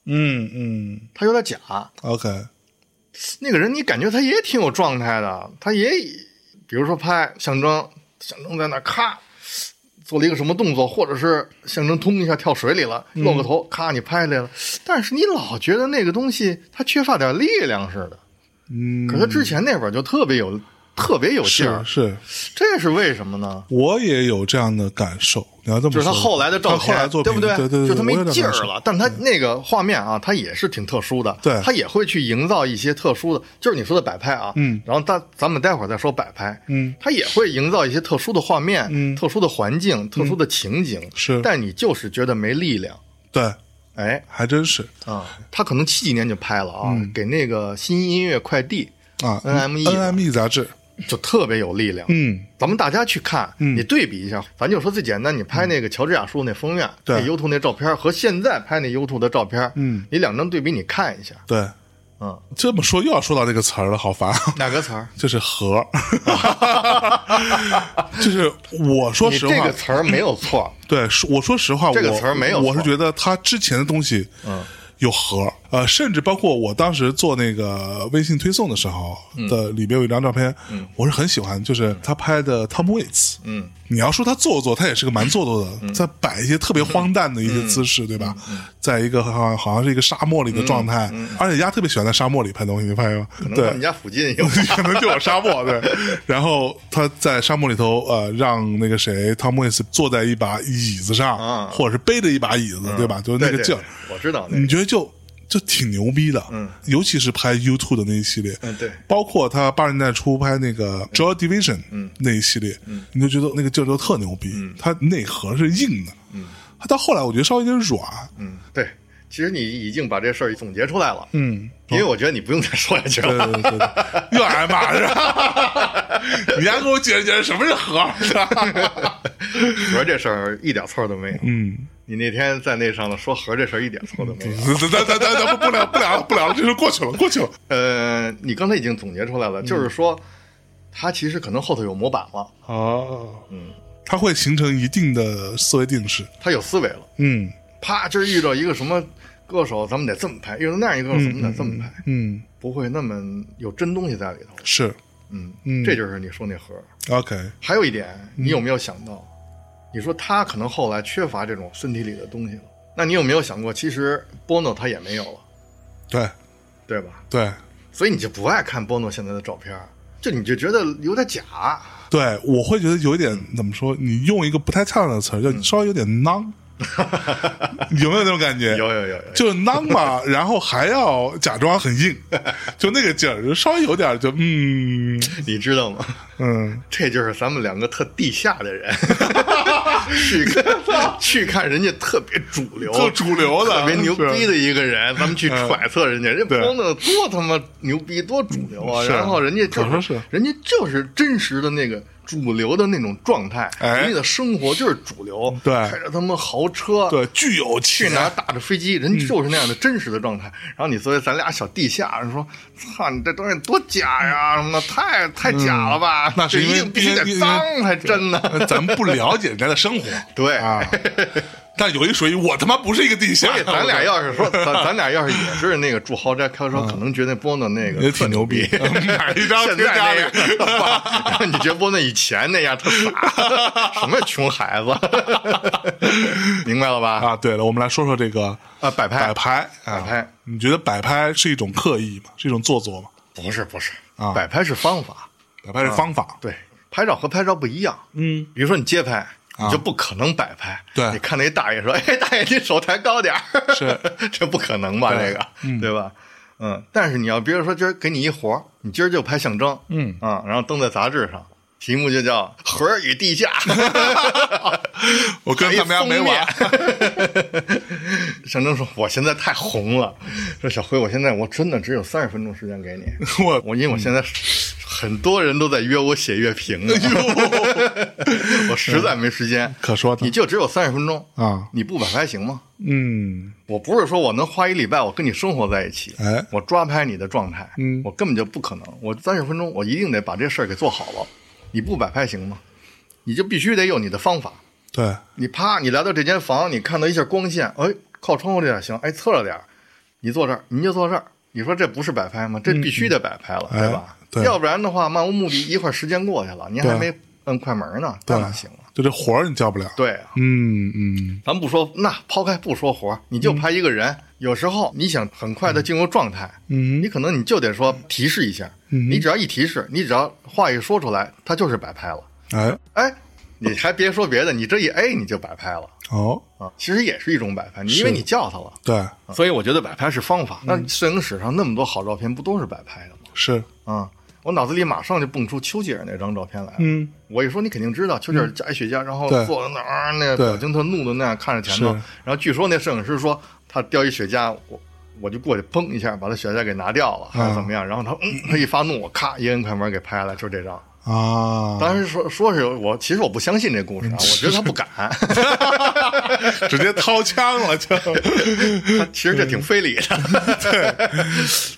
嗯嗯他有点假。 ，OK，那个人你感觉他也挺有状态的，他也比如说拍象征，象征在那咔做了一个什么动作，或者是象征通一下跳水里了，露嗯个头，咔你拍来了。但是你老觉得那个东西它缺乏点力量似的，嗯可是他之前那本就特别有特别有劲是儿，是，这是为什么呢？我也有这样的感受。你要这么就说，是他后来的照他后片，来作品，不对？对对，就他没我有这劲样儿的感受了，，但他那个画面啊，他也是挺特殊的，对他也会去营造一些特殊的，就是你说的摆拍啊，嗯，然后咱咱们待会儿再说摆拍，嗯，他也会营造一些特殊的画面、嗯特殊的环境、特殊的情景，是但你就是觉得没力量，对，哎还真是啊，他可能七几年就拍了嗯啊，给那个新音乐快递啊 NME NME 杂志，就特别有力量，嗯，咱们大家去看，嗯你对比一下，咱就说最简单，你拍那个乔治亚树那封面，对那 YouTube 那照片和现在拍那 YouTube 的照片，嗯，你两张对比，你看一下，对。嗯，这么说又要说到这个词儿了，好烦啊！哪个词儿？就是盒儿， 就是我说你实这话，个词儿没有错， 对，说我说实话，这个我词儿没有我是错觉得他之前的东西，嗯，有核儿，呃，甚至包括我当时做那个微信推送的时候嗯的里边有一张照片，我是很喜欢，就是他拍的汤姆· o m 嗯，你要说他做作，他也是个蛮做作的，在摆一些特别荒诞的一些姿嗯势，对吧？在一个好像好像是一个沙漠里的状态，而且丫特别喜欢在沙漠里拍东西，你发现吗？嗯可能对到，你家附近 有可能就有沙漠对。然后他在沙漠里头，呃，让那个谁汤姆· o m 坐在一把椅子上，啊嗯或者是背着一把椅子，对吧？就是那个劲儿。，对对对我知道那你个，觉得就就挺牛逼的，嗯，尤其是拍 YouTube 的那一系列，嗯对包括他八十年代初拍那个 Joy Division，嗯，那一系列，嗯，你就觉得那个劲儿都特牛逼，嗯，它内核是硬的，嗯，它到后来我觉得稍微有点软，嗯，对。其实你已经把这事儿总结出来了，嗯，因为我觉得你不用再说下去对 了。对对对， 又挨骂是 吧？你还给我解释解释什么是核是吧？核这事儿一点错儿都没有。 嗯，你那天在那上头说核这事儿一点错儿都没有。咱咱咱咱咱不不聊不聊了不聊了，这就过去了过去了，嗯呃，你刚才已经总结出来了，就是说，它其实可能后头有模板了，哦，嗯，它会形成一定的思维定式，它有思维了。嗯啪，今儿遇到一个什么歌手，咱们得这么拍；遇到那样一个歌手，咱们得这么拍，嗯。不会那么有真东西在里头。是嗯，嗯这就是你说那核。 OK，还有一点，你有没有想到？你说他可能后来缺乏这种身体里的东西了，那你有没有想过，其实 Bono 他也没有了，对对吧？对所以你就不爱看 Bono 现在的照片儿，就你就觉得有点假。对，我会觉得有一点嗯怎么说？你用一个不太恰当的词儿，叫稍微有点囊， 有没有那种感觉？有有有有，就是囊嘛，然后还要假装很硬，就那个劲儿，就稍微有点儿就嗯 你知道吗？嗯，这就是咱们两个特地下的人，去看去看人家特别主流、做主流的，特别牛逼是的一个人，咱们去嗯揣测人家，人家对光的多他妈牛逼，多主流啊！是然后人家就可说是人家就是真实的那个主流的那种状态，哎人家的生活就是主流，对开着他妈豪车，对，具有去气哪儿囊，打着飞机，嗯人就是那样的真实的状态。然后你作为咱俩小地下人说：“操，你这东西多假呀，什么太太假了吧？嗯那是这因一为定必须得脏才真呢。呃咱们不了解人家的生 活对啊。但有一说一，我他妈不是一个地”下所以，咱俩要是 说，咱咱俩要是也是那个住豪宅开车，可能觉得波诺那 个也特挺牛逼，买嗯一张现贴在家那里样，，然后你觉得波诺以前那样特傻，什么 穷孩子， 明白了吧？啊，对了，我们来说说这个啊摆拍摆拍，啊摆拍，你觉得摆拍是一种刻意吗？是一种做作吗？不是不是啊，摆拍是方法，摆拍是方法，对，拍照和拍照不一样。嗯，比如说你街拍，你就不可能摆拍。对你看那大爷说：“哎，大爷，你手抬高点儿。”是， 这不可能吧？这个，对吧？嗯，但是你要别人说今儿给你一活儿，你今儿就拍象征，嗯啊，然后登在杂志上，题目就叫《核儿与地下》。我跟他们哎家没完，还 象征说：“我现在太红了，说小辉，我现在我真的只有三十分钟时间给你， 我我因为我现在很多人都在约我写乐评呢， 我实在没时间。哎可说你的就只有三十分钟啊你不摆拍行吗？嗯，我不是说我能花一礼拜我跟你生活在一起，哎我抓拍你的状态，嗯我根本就不可能。我三十分钟，我一定得把这事儿给做好了。你不摆拍行吗？你就必须得有你的方法。对，你啪，你来到这间房，你看到一下光线，哎，靠窗户这点行，哎，侧着点儿，你坐这儿，您就坐这儿。你说这不是摆拍吗？这必须得摆拍了，嗯对吧哎？对要不然的话，漫无目的，一会儿时间过去了，您还没摁快门呢，那对哪行啊？就这活儿你叫不了，对啊，嗯嗯，咱不说，那抛开不说活儿，你就拍一个人，有时候你想很快的进入状态，嗯你可能你就得说提示一下，你只要一提示，你只要话一说出来，它就是摆拍了。哎，哎，你还别说别的，你这一哎你就摆拍了哦，啊，其实也是一种摆拍，你因为你叫它了，对，所以我觉得摆拍是方法。那摄影史上那么多好照片，不都是摆拍的吗？是，啊，我脑子里马上就蹦出丘吉尔那张照片来了。嗯，我一说你肯定知道，丘吉尔夹一雪茄，然后对坐在那儿，那对表情特怒的那样看着前头是。然后据说那摄影师说，他叼一雪茄，我我就过去砰一下把他雪茄给拿掉了，还是怎么样？然后他嗯，他一发怒，我咔一摁快门给拍了，就这张。啊，当时说说是我，其实我不相信这故事啊，我觉得他不敢，直接掏枪了 就，嗯他其实这挺 非礼的。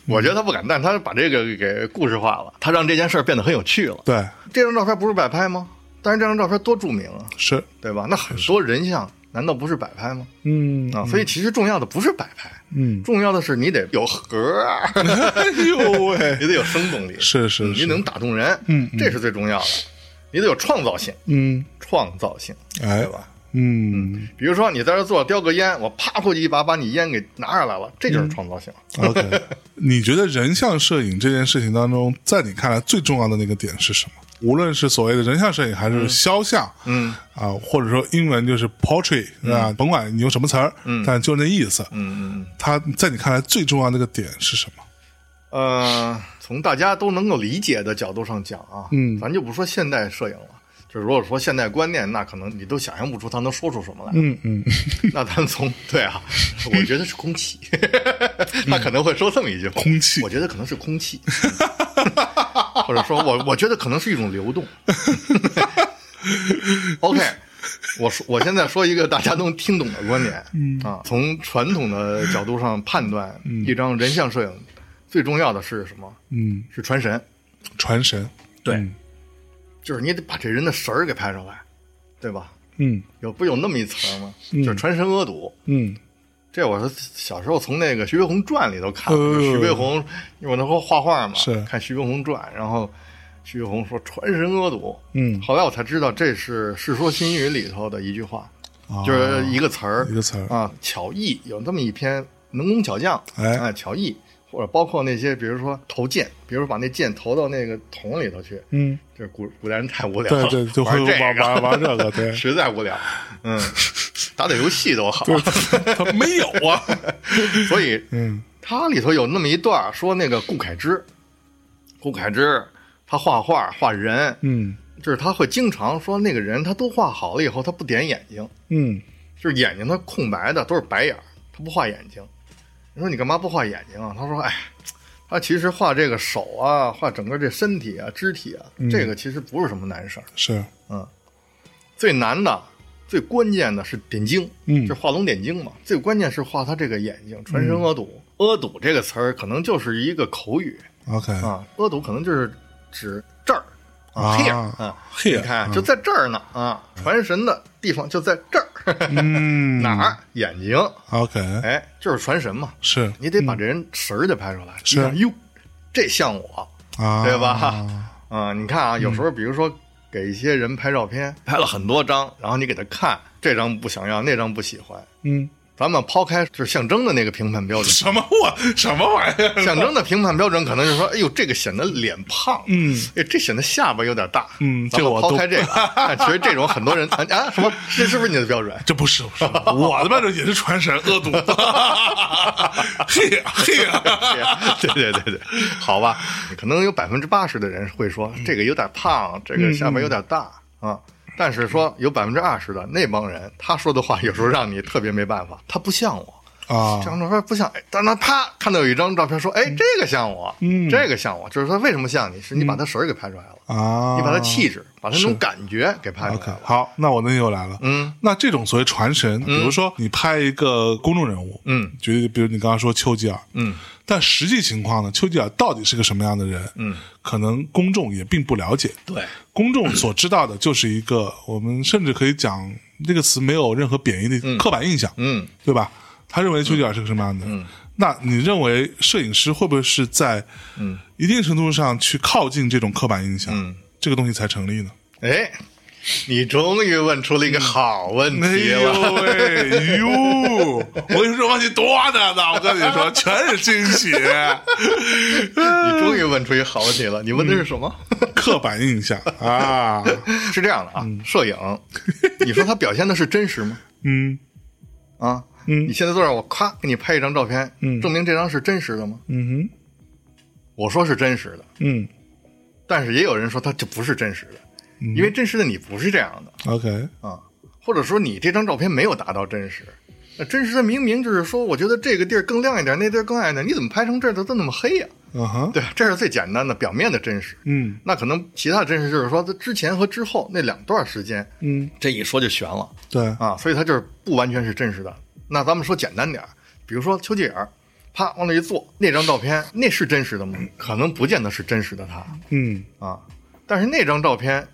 我觉得他不敢，但他把这个给故事化了，他让这件事儿变得很有趣了。对，这张照片不是摆拍吗？但是这张照片多著名啊，是对吧？那很多人像难道不是摆拍吗？嗯啊，所以其实重要的不是摆拍，嗯，重要的是你得有核儿， 哎呦喂，你得有生动力，是是你是，能打动人，嗯这是最重要的。你得有创造性，嗯，创造性，哎对，吧？嗯比如说你在这坐着叼个烟，我啪过去一把把你烟给拿上来了，这嗯就是创造性。 ，OK，你 觉得人像摄影这件事情当中，在你看来最重要的那个点是什么？无论是所谓的人像摄影，还是肖像，嗯啊，或者说英文就是 portrait，啊，甭管你用什么词儿，嗯，但就那意思，嗯嗯它在你看来最重要的那个点是什么？嗯，呃，从大家都能够理解的角度上讲啊，嗯咱就不说现代摄影了。就是如果说现代观念，那可能你都想象不出他能说出什么来。嗯嗯， 那咱从对啊，我觉得是 空气，嗯他可能会说这么一句话：空气我觉得可能是空气， 或者说我我觉得可能是一种流动。OK，我说我现在说一个大家都能听懂的观点、嗯啊，从传统的角度上判断，一张人像摄影最重要的是什么？嗯，是传神，传神，对嗯就是你得把这人的神儿给拍出来，对吧？嗯有不有那么一词儿吗？就是传神阿堵。嗯这我是小时候从那个徐悲鸿传里头看的，哎呦徐悲鸿，因为我那时候画画嘛，是看徐悲鸿传，然后徐悲鸿说传神阿堵，嗯后来我才知道这是《世说新语》里头的一句话，啊就是一个词儿，一个词儿啊，巧艺有这么一篇能工巧匠，哎啊，巧艺或者包括那些，比如说投箭，比如说把那箭投到那个桶里头去，嗯，这古古代人太无聊了，对对，就会玩这玩个玩玩这个， 对， 实在无聊，嗯，打打游戏多好，他没有啊，所以嗯它里头有那么一段儿说那个顾恺之，顾恺之他画画画人，嗯就是他会经常说那个人他都画好了以后，他不点眼睛，嗯就是眼睛他空白的都是白眼儿，他不画眼睛。你说你干嘛不画眼睛啊？他说：“哎，他其实画这个手啊，画整个这身体啊、肢体啊，这个其实不是什么难事儿。是，最难的、最关键的是点睛，嗯就画龙点睛嘛。最关键是画他这个眼睛，传神阿堵。阿堵这个词儿可能就是一个口语， OK 啊，阿堵可能就是指这儿啊 here 啊 here，你看嗯就在这儿呢啊，传神的地方就在这儿， 嗯哪儿眼睛， OK 哎，就是传神嘛，是你得把这人神儿得拍出来，嗯是你看哟，这像我，啊，嗯对吧？ 啊，你看啊，有时候比如说给一些人拍照片，拍了很多张，然后你给他看这张不想要，那张不喜欢，嗯，咱们抛开就是象征的那个评 判标准，什么我什么玩意儿？象征的评判标准可能就是说，哎呦，这个显得脸胖，嗯，哎，这显得下巴有点大，嗯咱这们我抛都开这个啊，但其实这种很多人 啊啊，什么，这是不是你的标准？这不是，不是 我的标准也是传神恶毒， 嘿呀嘿呀，对呀 对对对对，好吧，可能有百分之八十的人会说嗯这个有点胖，这个下巴有点大啊。但是说有百分之二十的那帮人，他说的话有时候让你特别没办法，他不像我。啊这张照片不像，哎但那他看到有一张照片说，哎，这个像我，嗯这个像我，就是他为什么像你，是你把他神儿给拍出来了，啊，你把他气质，把他那种感觉给拍出 OK，来了。好，那我那又来了。嗯，那这种所谓传神，比如说你拍一个公众人物，嗯，就比如你刚刚说丘吉尔，嗯，但实际情况呢，丘吉尔到底是个什么样的人，嗯，可能公众也并不了解。对，公众所知道的就是一个，我们甚至可以讲这个词没有任何贬义的刻板印象，嗯，对吧？他认为丘吉尔是个什么样的人？那你认为摄影师会不会是在嗯一定程度上去靠近这种刻板印象，这个东西才成立呢？哎，你终于问出了一个好问哎题了。呦喂，呦！我跟你说，往起多着呢，我跟你说，全是惊喜。你终于问出一好问题了，你问的是什么？刻板印象啊，是这样的啊，摄影，你说它表现的是真实吗？嗯，啊，你现在坐这儿，我咔给你拍一张照片，证明这张是真实的吗？嗯哼，我说是真实的，嗯但是也有人说它就不是真实的，因为真实的你不是这样的，OK，啊，或者说你这张照片没有达到真实。那真实的明明就是说，我觉得这个地儿更亮一点，那地儿更暗一点，你怎么拍成这儿都都那么黑呀、嗯哼，对吧，啊这是最简单的表面的真实。嗯那可能其他的真实就是说，它之前和之后那两段时间，嗯，这一说就悬了对，啊，所以它就是不完全是真实的。那咱们说简单点儿，比如说丘吉尔，啪往那一坐，那张照片那是真实 的吗？可能不见得是真实的他嗯啊，但是那张照片，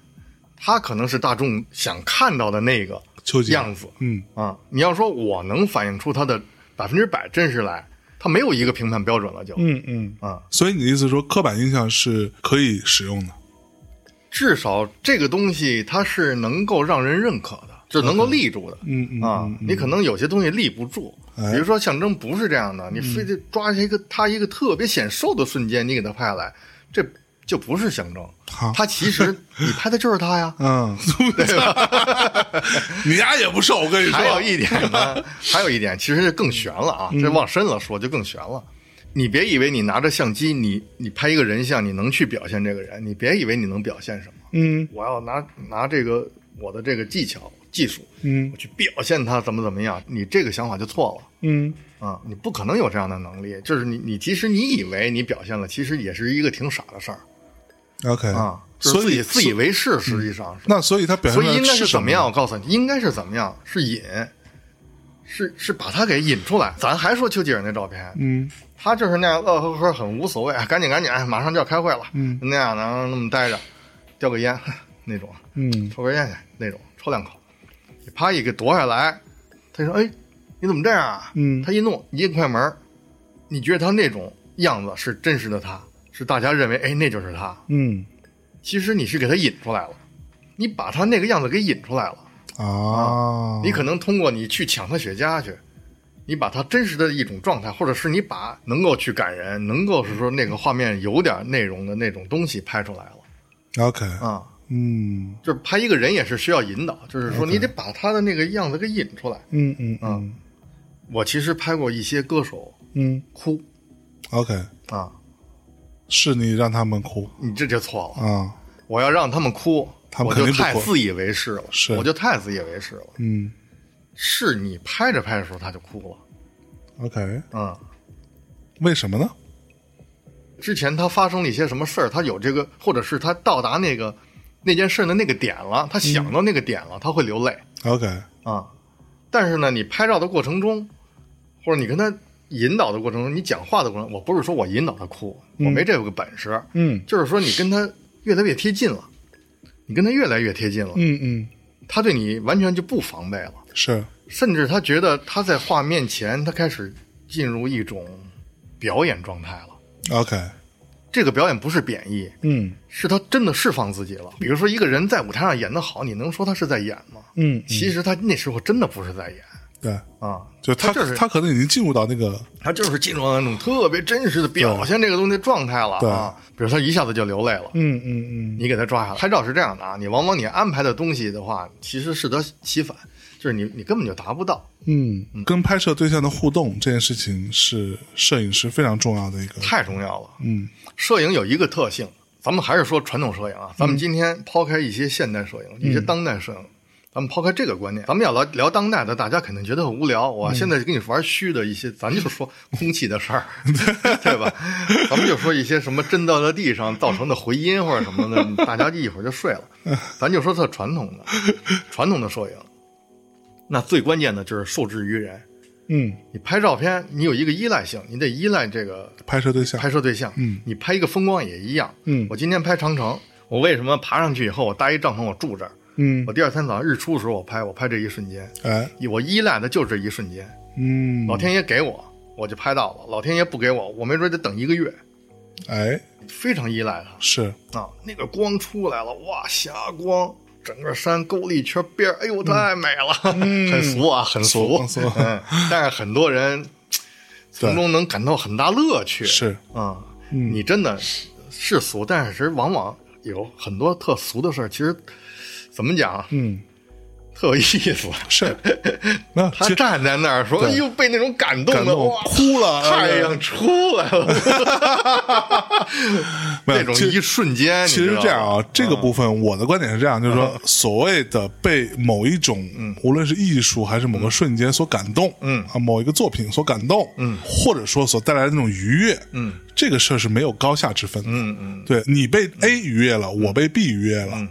他可能是大众想看到的那个丘吉尔样子嗯啊。你要说我能反映出他的百分之百真实来，他没有一个评判标准了就，嗯嗯啊，所以你的意思说刻板印象是可以使用的？至少这个东西它是能够让人认可的，就能够立住的。嗯嗯哎啊，你可能有些东西立不住，比如说象征不是这样嗯的，你非得抓一个他一个特别显瘦的瞬间，你给他拍来，这就不是象征好。他其实你拍的就是 他呀。嗯，对吧？你丫也不瘦，我跟你还有说，一点 呢，还有一点，其实就更悬了嗯啊，这往深了说就更悬了。你别以为你拿着相机，你你拍一个人像，你能去表现这个人，你别以为你能表现什么。嗯我要拿拿这个我的这个技巧技术，嗯我去表现它怎么怎么样，你这个想法就错嗯了啊！你不可能有这样的能力，就是你你即使你以为你表现了，其实也是一个挺傻的事儿，OK 啊，就是所自己以嗯自以为是，实际上是。那所以他表现所出来以应该是什怎么样？？我告诉你，应该是怎么样？是引，是是把他给引出来。咱还说丘吉尔那照片，嗯他就是那样乐呵呵，很无所谓，哎赶紧赶紧，哎马上就要开会了，嗯那样然后那么待着，叼个烟 那种，嗯抽根烟去那种，抽两口，你啪一给夺下来，他说：“哎，你怎么这样啊？”嗯他一弄一摁快门，你觉得他那种样子是真实的他，是大家认为哎那就是他，嗯其实你是给他引出来了，你把他那个样子给引出来了，啊，你可能通过你去抢他雪茄去。你把他真实的一种状态，或者是你把能够去感人，能够是说那个画面有点内容的那种东西拍出来了 OK，啊、嗯就是拍一个人也是需要引导，就是说你得把他的那个样子给引出来。嗯嗯嗯嗯我其实拍过一些歌手嗯哭，OK，啊，是你让他们哭你这就错了。啊，我要让他们哭，他们我肯就定不哭太自以为是了，是我就太自以为是了。嗯是你拍着拍着时候他就哭，OK，了啊、为什么呢？之前他发生了一些什么事儿，他有这个，或者是他到达那个那件事的那个点了，他想到那个点了，他会流泪。 OK，啊。但是呢，你拍照的过程中，或者你跟他引导的过程中，你讲话的过程，我不是说我引导他哭，我没这个本事，嗯就是说你跟他越来越贴近了，你跟他越来越贴近了，嗯嗯，他对你完全就不防备了，是甚至他觉得他在画面前，他开始进入一种表演状态了。 OK，这个表演不是贬义，嗯是他真的释放自己了。比如说，一个人在舞台上演得好，你能说他是在演吗？嗯，其实他那时候真的不是在演对，啊，就他他就是他可能已经进入到那个他就是进入到那种特别真实的表现这个东西状态了对啊。比如他一下子就流泪了，嗯嗯嗯你给他抓下来。拍照是这样的啊，你往往你安排的东西的话，其实适得其反，就是你你根本就达不到，嗯，跟拍摄对象的互动这件事情是摄影师非常重要的一个，太重要了。嗯摄影有一个特性，咱们还是说传统摄影啊，咱们今天抛开一些现代摄影、一些当代摄影。咱们抛开这个观念，咱们要聊聊当代的，大家肯定觉得很无聊。我现在跟你玩虚的一些，咱就说空气的事儿， 对吧？咱们就说一些什么震到了地上造成的回音或者什么的，大家一会儿就睡了。咱就说它传统的，传统的摄影，那最关键的就是受制于人。嗯，你拍照片，你有一个依赖性，你得依赖这个拍摄对象拍摄对象，嗯，你拍一个风光也一样，嗯我今天拍长城，我为什么爬上去以后我搭一帐篷我住这儿，嗯我第二天早上日出的时候我拍，我拍这一瞬间，哎我依赖的就是这一瞬间，嗯老天爷给我我就拍到了，老天爷不给我，我没准得等一个月，哎非常依赖是它啊，那个光出来了，哇，霞光。整个山勾了一圈边儿，哎呦，太美了，很俗啊，很俗，嗯俗俗嗯，但是很多人从中能感到很大乐趣，是啊，嗯你真的是俗，但是其实往往有很多特俗的事儿，其实怎么讲啊，嗯特有意思。是， 那他其实站在那儿说，对又被那种感动感的，动哇，哭了呃太阳出来了， 没有那种其实一瞬间，其实你知道吗嗯这样，啊，这个部分我的观点是这样，就是说，所谓的被某一种，无论是艺术还是某个瞬间所感动，嗯啊，某一个作品所感动，嗯，或者说所带来的那种愉悦，嗯，这个事儿是没有高下之分的，嗯嗯对你被 A 愉悦了，我被 B 愉悦了，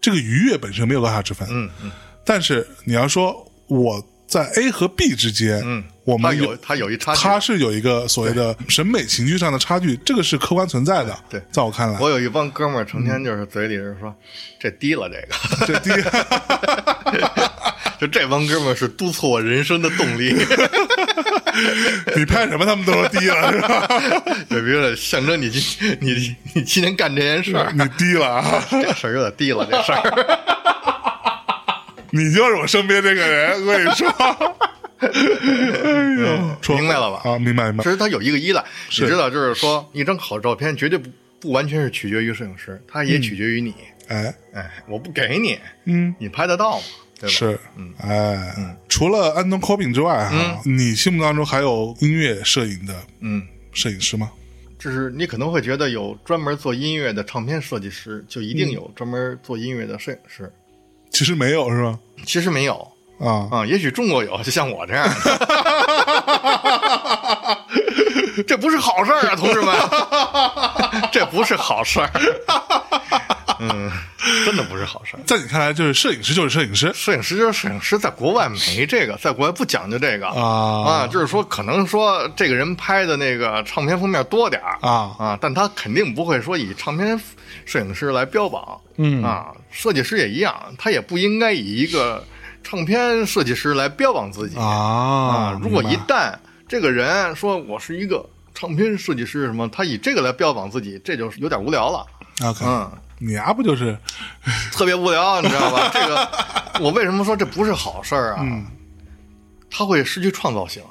这个愉悦本身没有高下之分，嗯嗯，但是你要说我在 A 和 B 之间，嗯，我他们有他有一插曲。它是有一个所谓的审美情趣上的差距，这个是客观存在的，对在我看来，我有一帮哥们儿，成天就是嘴里是说，这低了这个，这第一。 就这帮哥们儿是督促我人生的动力。 你拍什么他们都说低了是吧？就比如说象征你今你你今天干这件事儿，你低了啊，这事儿有点低了，这事儿。你就是我身边这个人，我跟你 说。哎呦， 说明白了吧？啊，明白明白。其实它有一个依赖，你知道，就是说一张好照片绝对不不完全是取决于摄影师，它也嗯取决于你。哎哎，我不给你，嗯，你拍得到吗？对吧？嗯是，哎，除了安东·科宾之外，哈，你心目当中还有音乐摄影的嗯，摄影师吗？就是你可能会觉得有专门做音乐的唱片设计师，就一嗯定有专门做音乐的摄影师，其实没有是吧？其实没有。啊，啊、也许中国有，就像我这 样的，这不是好事儿啊，同志们，这不是好事儿，嗯，真的不是好事儿。在你看来，就是摄影师就是摄影师摄影师就是摄影师，在国外没这个，在国外不讲究这个啊啊就是说可能说这个人拍的那个唱片封面多点儿啊啊，但他肯定不会说以唱片摄影师来标榜，嗯啊，设计师也一样，他也不应该以一个唱片设计师来标榜自己啊如果明一白旦这个人说我是一个唱片设计师什么，他以这个来标榜自己，这就是有点无聊了。 OK，嗯，你丫不就是特别无聊，你知道 吧？这个我为什么说这不是好事儿啊？他会失去创造性，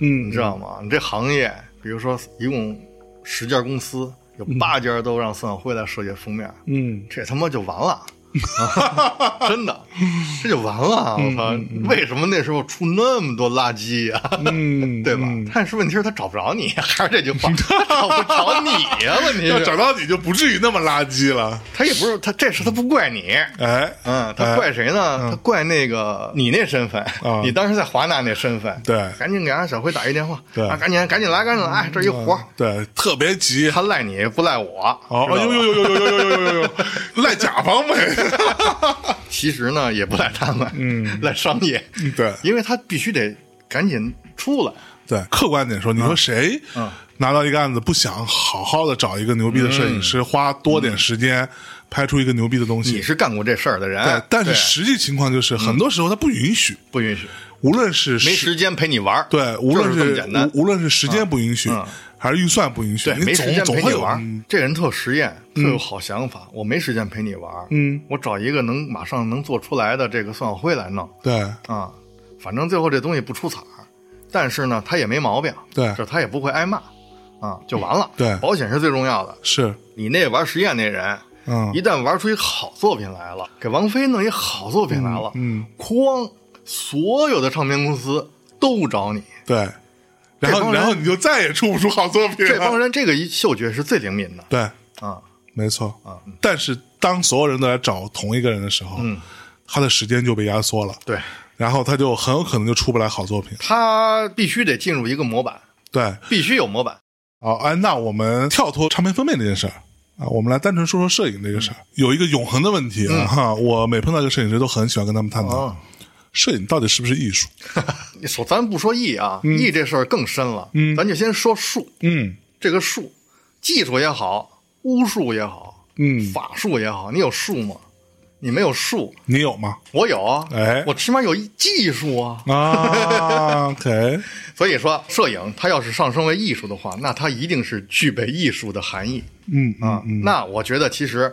嗯你知道吗？你这行业，比如说一共十家公司，有八家都让孙晓辉来设计封面，嗯这他妈就完 了。真的，这就完了啊！我操，为什么那时候出那么多垃圾呀、嗯，对吧？但是问题是，他找不着你， 还是这句话，他找不着你呀、问题要 是，找到你就不至于那么垃圾了。他也不是他这事，他不怪你，哎，嗯，他怪谁呢？他怪那个你那身份， 你当时在华纳那身份，啊对赶紧给俺小辉打一电话，对嗯啊，赶紧赶紧来，赶紧来，这一活儿，对，特别急。他赖你不赖我，哦，知道吧呦呦呦呦呦呦呦呦呦，赖甲方呗。其实呢也不赖他们，嗯， 赖商业，对因为他必须得赶紧出来，对，客观点说，你说谁拿到一个案子不想好好的找一个牛逼的摄影师，花多点时间拍出一个牛逼的东你西？是干过这事儿的人对，，但是对实际情况就是，很多时候他不允许，不允许，无论是没时时间陪你玩儿，对，无论就是这么简单嗯无无论是时间不允许，还是预算不允许，对，你没时总间总陪会你有嗯玩儿。这人特有实验，特有好想法。我没时间陪你玩，嗯，我找一个能马上能做出来的这个宋晓辉来弄对，啊。反正最后这东西不出彩儿，但是呢，他也没毛病，对嗯就他也不会挨骂啊，就完了。对保险是最重要的。是，你那玩实验那人，嗯一旦玩出一好作品来了，给王菲弄一好作品来了，嗯，哐，所有的唱片公司都找你。对。然这帮后，人然后你就再也出不出好作品这帮了。人这个一嗅觉是最灵敏的对，啊。没错啊。但是当所有人都来找同一个人的时候，嗯他的时间就被压缩了。对，然后他就很有可能就出不来好作品。他必须得进入一个模板，对，必须有模板。好，哎，那我们跳脱唱片封面这件事儿啊，我们来单纯说说摄影这个事嗯儿。有一个永恒的问题啊，哈，我每碰到一个摄影师，都很喜欢跟他们探讨，哦摄影到底是不是艺术？你说咱不说艺啊，艺这事儿更深了，咱就先说术。嗯这个术，技术也好，巫术也好，嗯，法术也好，你有术吗？你没有术，你有吗？我有啊，哎我起码有一技术啊。啊 ，OK，所以说，摄影它要是上升为艺术的话，那它一定是具备艺术的含义。嗯啊，啊，那我觉得其实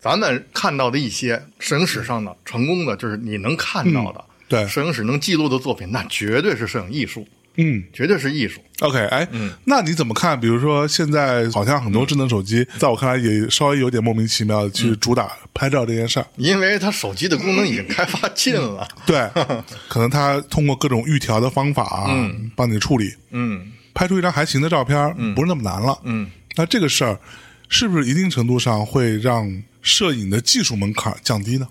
咱们看到的一些摄影史上的成功的，就是你能看到的，对摄影史能记录的作品，那绝对是摄影艺术，嗯绝对是艺术。 ，OK，哎，那你怎么看？比如说，现在好像很多智能手机，在我看来也稍微有点莫名其妙的去主打拍照这件 事儿。因为它手机的功能已经开发尽了，对，可能他通过各种预调的方法啊，帮你处理， 嗯，拍出一张还行的照片，不是那么难了。嗯，那这个事儿是不是一定程度上会让摄影的技术门槛降低呢？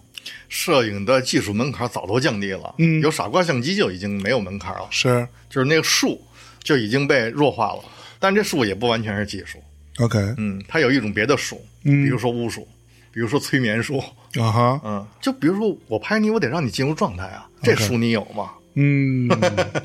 摄影的技术门槛早都降低了，嗯，有傻瓜相机就已经没有门槛了，是就是那个术就已经被弱化了，但这术也不完全是技术， ，OK，嗯，它有一种别的术，嗯，比如说巫术，比如说催眠术，啊哈，嗯，就比如说我拍你，我得让你进入状态啊，这书你有吗？嗯，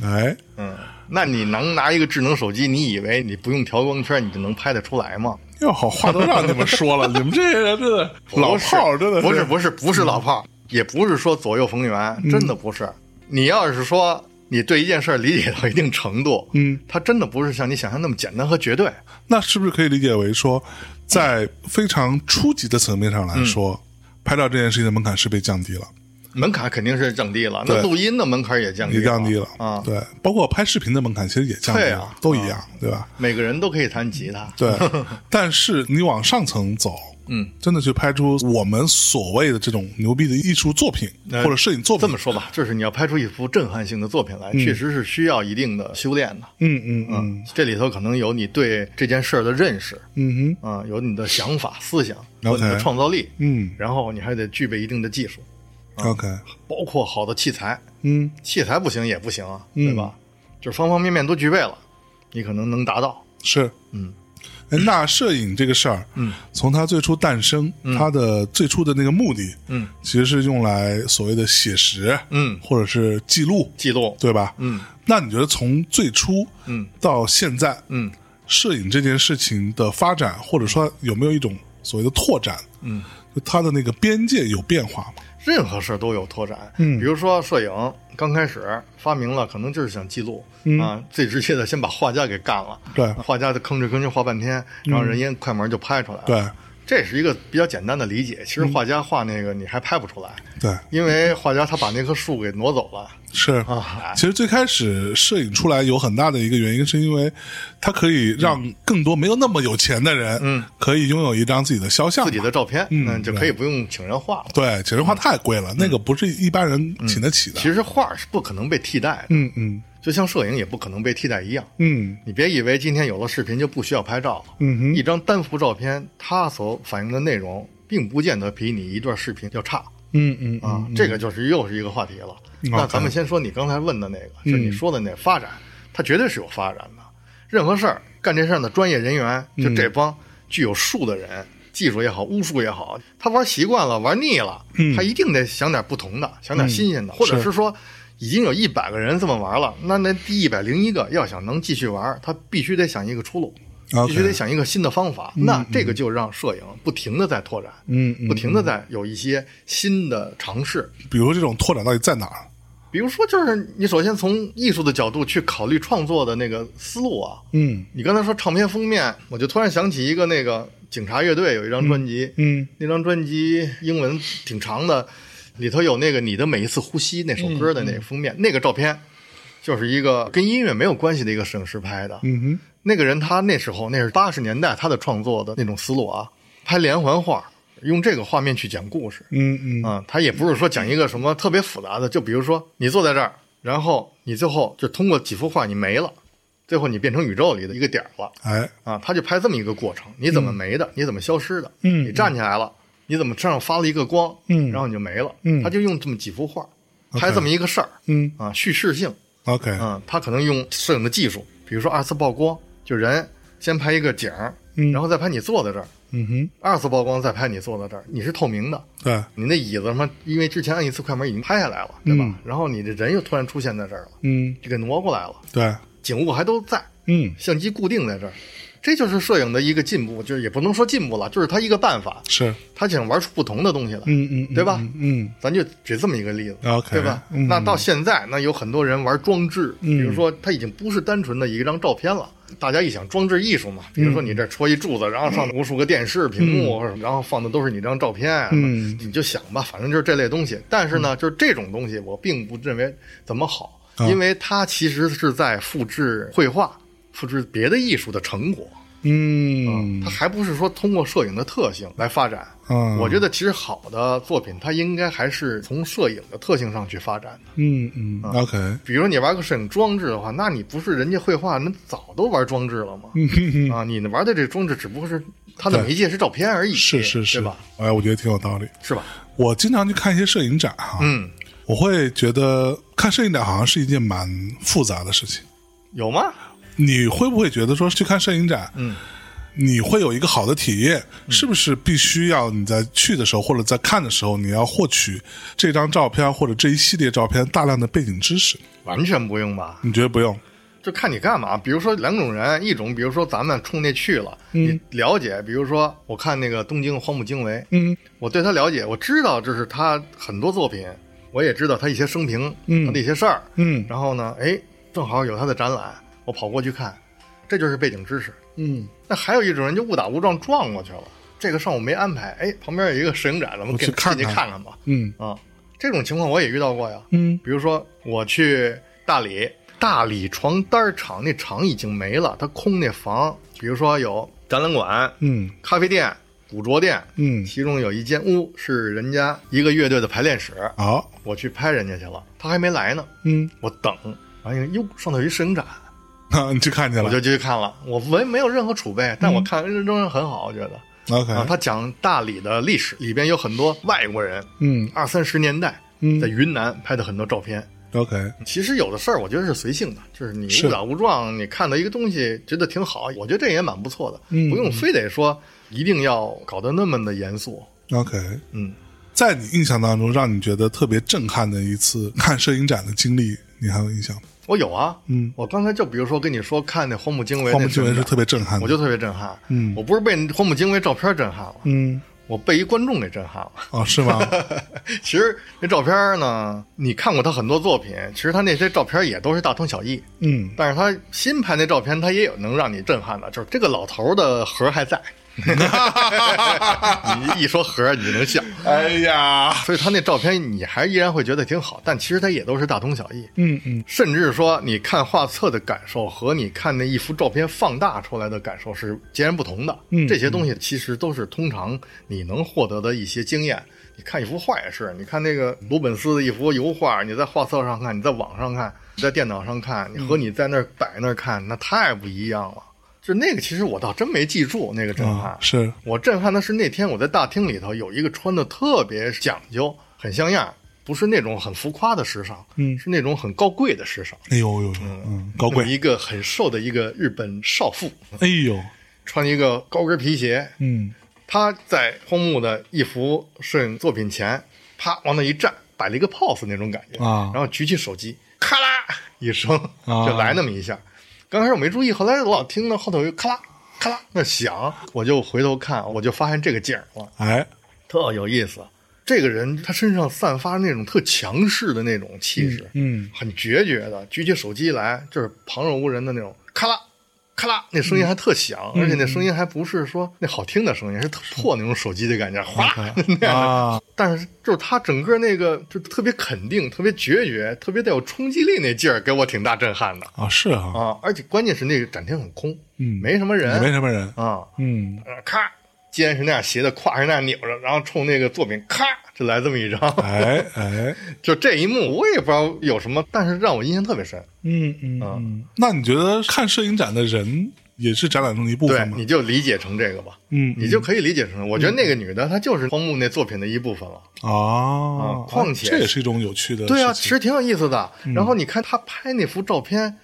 哎，嗯，那你能拿一个智能手机，你以为你不用调光圈你就能拍得出来吗？哟，好话都让你们说了，你们这些人真的不老是炮儿真的嗯不是不是不是老炮儿，也不是说左右逢源，真的不是。你要是说你对一件事儿理解到一定程度，嗯，它真的不是像你想象那么简单和绝对。那是不是可以理解为说，在非常初级的层面上来说，拍照这件事情的门槛是被降低了，门槛肯定是降低了，那对录音的门槛也降低也了，降低了啊。对，包括拍视频的门槛其实也降低对了啊，都一样，对吧？每个人都可以弹吉他，对， 但是你往上层走，嗯，真的去拍出我们所谓的这种牛逼的艺术作品呃或者摄影作品，这么说吧，就是你要拍出一幅震撼性的作品来，确实是需要一定的修炼的。嗯嗯嗯嗯，这里头可能有你对这件事儿的认识，嗯哼，啊、有你的想法、思想，有 OK 你的创造力，嗯然后你还得具备一定的技术， ，OK，包括好的器材，嗯器材不行也不行啊，嗯对吧？就是方方面面都具备了，你可能能达到。是，嗯哎。那摄影这个事儿，嗯，从它最初诞生，它的最初的那个目的，嗯其实是用来所谓的写实，嗯，或者是记录，记录，对吧？嗯那你觉得从最初，嗯，到现在，嗯摄影这件事情的发展，或者说有没有一种所谓的拓展，嗯，就它的那个边界有变化吗？任何事儿都有拓展。嗯比如说摄影刚开始发明了，可能就是想记录、嗯啊，最直接的先把画家给干了。对画家就吭哧吭哧画半天，然后人家快门就拍出来了。嗯对，嗯这是一个比较简单的理解。其实画家画那个你还拍不出来，对，因为画家他把那棵树给挪走了是啊。其实最开始摄影出来有很大的一个原因，是因为它可以让更多没有那么有钱的人，嗯，可以拥有一张自己的肖像嘛。自己的照片，嗯就可以不用请人画了。对，简直画太贵了，那个不是一般人请得起的。嗯其实画是不可能被替代的，嗯嗯就像摄影也不可能被替代一样。嗯你别以为今天有了视频就不需要拍照了，嗯哼一张单幅照片，它所反映的内容，并不见得比你一段视频要差嗯嗯啊。这个就是又是一个话题了。那咱们先说你刚才问的那个，就是嗯你说的那发展，它绝对是有发展的。任何事儿干这事儿的专业人员，就嗯这帮具有术的人，技术也好，巫术也好，他玩习惯了，玩腻了，嗯他一定得想点不同的，想点新鲜的，或者是说。已经有一百个人这么玩了，那那第一百零一个要想能继续玩，他必须得想一个出路， OK 必须得想一个新的方法。那这个就让摄影不停的在拓展，嗯嗯，不停的在有一些新的尝试。比如说这种拓展到底在哪儿？比如说，就是你首先从艺术的角度去考虑创作的那个思路啊。嗯你刚才说唱片封面，我就突然想起一个那个警察乐队有一张专辑，嗯那张专辑英文挺长的，里头有那个《你的每一次呼吸》那首嗯歌的那个封面，那个照片就是一个跟音乐没有关系的一个摄影师拍的。嗯哼那个人他那时候那是八十年代他的创作的那种思路啊，拍连环画，用这个画面去讲故事。嗯嗯啊、他也不是说讲一个什么特别复杂的，就比如说你坐在这儿，然后你最后就通过几幅画你没了，最后你变成宇宙里的一个点儿了哎啊，他就拍这么一个过程，你怎么没的，你怎么消失的，嗯你站起来了，你怎么身上发了一个光，嗯然后你就没了，嗯他就用这么几幅画， OK 拍这么一个事儿嗯啊，叙事性， OK 嗯，他可能用摄影的技术，比如说二次曝光，就人先拍一个景儿，嗯然后再拍你坐在这儿，嗯哼二次曝光再拍你坐在这儿，你是透明的，对你那椅子什么，因为之前按一次快门已经拍下来了，对吧？嗯然后你这人又突然出现在这儿了，嗯就给挪过来了，对景物还都在，嗯相机固定在这儿，这就是摄影的一个进步，就是也不能说进步了，就是它一个办法，是他想玩出不同的东西来，嗯嗯嗯对吧？嗯咱就举这么一个例子 OK，对吧？嗯那到现在，那有很多人玩装置，嗯比如说它已经不是单纯的一张照片了。大家一想装置艺术嘛，比嗯如说你这戳一柱子，然后上无数个电视屏幕，或者然后放的都是你这张照片啊，嗯你就想吧，反正就是这类东西。但是呢，就是这种东西，我并不认为怎么好，啊因为它其实是在复制绘画、复制别的艺术的成果。嗯它还不是说通过摄影的特性来发展。嗯我觉得其实好的作品，它应该还是从摄影的特性上去发展的。嗯嗯 OK 比如你玩个摄影装置的话，那你不是人家绘画，那早都玩装置了吗？啊，你玩的这装置只不过是它的嗯对媒介是照片而已，是是是对吧？？哎，我觉得挺有道理。是吧？我经常去看一些摄影展哈，嗯，我会觉得看摄影展好像是一件蛮复杂的事情。有吗？你会不会觉得说去看摄影展，嗯，你会有一个好的体验？是不是必须要你在去的时候或者在看的时候，你要获取这张照片或者这一系列照片大量的背景知识？完全不用吧？你觉得不用？就看你干嘛。比如说两种人，一种比如说咱们冲那去了，你了解，比如说我看那个东京荒木经惟，嗯我对他了解，我知道这是他很多作品，我也知道他一些生平，嗯他的一些事儿。嗯然后呢，哎，正好有他的展览，我跑过去看，这就是背景知识。嗯，那还有一种人就误打误撞撞过去了，这个上午没安排，哎，旁边有一个摄影展，咱们我给去看进去看看看吧。嗯啊，这种情况我也遇到过呀。嗯比如说我去大理，大理床单厂那厂已经没了，它空那房，比如说有展览馆、嗯咖啡店、古着店，嗯，其中有一间屋是人家一个乐队的排练室，好，我去拍人家去了，他还没来呢，嗯，我等，然后一看哟，上头有一摄影展，啊，你去看去我了嗯就进去看了，我没没有任何储备，但我看仍然很好，我觉得。 ，OK，啊，他讲大理的历史，里边有很多外国人，嗯二三十年代嗯在云南拍的很多照片。 ，OK，其实有的事儿，我觉得是随性的，就是你是误打误撞，你看到一个东西觉得挺好，我觉得这也蛮不错的，嗯不用非得说一定要搞得那么的严肃。 OK，嗯，在你印象当中，让你觉得特别震撼的一次看摄影展的经历，你还有印象吗？我有啊，嗯，我刚才就比如说跟你说看那荒木经惟，荒木经惟是特别震撼的，我就特别震撼，嗯我不是被荒木经惟照片震撼了，嗯，我被一观众给震撼了。 哦，是吗？其实那照片呢，你看过他很多作品，其实他那些照片也都是大同小异，嗯，但是他新拍那照片，他也有能让你震撼的，就是这个老头儿的核还在。 你一说核，你就能笑。哎呀，所以他那照片，你还依然会觉得挺好，但其实他也都是大同小异。嗯嗯甚至说，你看画册的感受和你看那一幅照片放大出来的感受是截然不同的。嗯这些东西其实都是通常你能获得的一些经验。你看一幅画也是，你看那个鲁本斯的一幅油画，你在画册上看，你在网上看，你在电脑上看，你和你在那儿摆那儿看，那太不一样了。就那个，其实我倒真没记住那个震撼。啊，是，我震撼的是那天我在大厅里头有一个穿的特别讲究，很像样，不是那种很浮夸的时尚，嗯是那种很高贵的时尚。哎呦呦呦，嗯，高有贵，一个很瘦的一个日本少妇，哎呦，穿一个高跟皮鞋，嗯她在荒木的一幅摄影作品前，啪往那一站，摆了一个 pose 那种感觉啊然后举起手机，咔啦一声啊就来那么一下。刚开始我没注意，后来我老听到后头有咔啦咔啦那响，我就回头看，我就发现这个景儿了。哎，特有意思。这个人他身上散发那种特强势的那种气质，嗯很决绝的，举起手机来就是旁若无人的那种，咔啦咔啦，那声音还特响，而且那声音还不是说那好听的声音，是特破那种手机的感觉，哗啦那样的。啊，但是就是他整个那个就特别肯定、特别决绝、特别带有冲击力那劲儿，给我挺大震撼的啊是啊，啊！而且关键是那个展厅很空，嗯没什么人，也没什么人，啊，嗯，呃咔，肩是那样斜的，胯是那样扭着，然后冲那个作品咔就来这么一张， 哎哎，就这一幕我也不知道有什么，但是让我印象特别深。嗯嗯嗯，那你觉得看摄影展的人也是展览中的一部对分，吗你？就理解成这个吧，嗯，你就可以理解成，我觉得那个女的她就是荒木那作品的一部分了。啊，啊况且这也是一种有趣的，对啊，其，实挺有意思的。然后你看她拍那幅照片，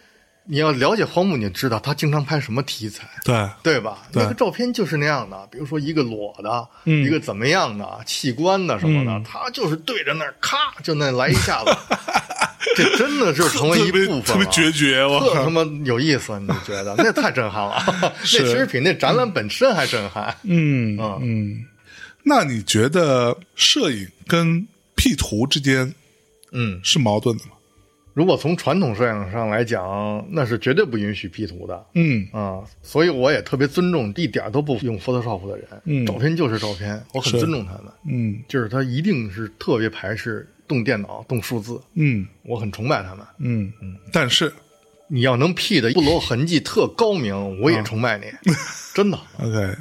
你要了解荒木，你就知道她经常拍什么题材。对，对吧？对那个照片就是那样的，比如说一个裸的，嗯一个怎么样的器官的什么的，他就是对着那儿咔就那来一 下子，这真的就是成为一特别部分特别了决绝，我特靠他妈有意思，你就觉得那太震撼 了，那其是实比那展览本身还震撼。嗯啊嗯，那你觉得摄影跟 P 图之间嗯，是矛盾的吗？如果从传统摄影上来讲，那是绝对不允许 P 图的。嗯啊、所以我也特别尊重一点儿都不用 Photoshop 的人，嗯照片就是照片，我很是尊重他们。嗯就是他一定是特别排斥动电脑、动数字，嗯我很崇拜他们。嗯嗯，但是你要能 P 的不留痕迹、特高明，我也崇拜你， 真的。 OK，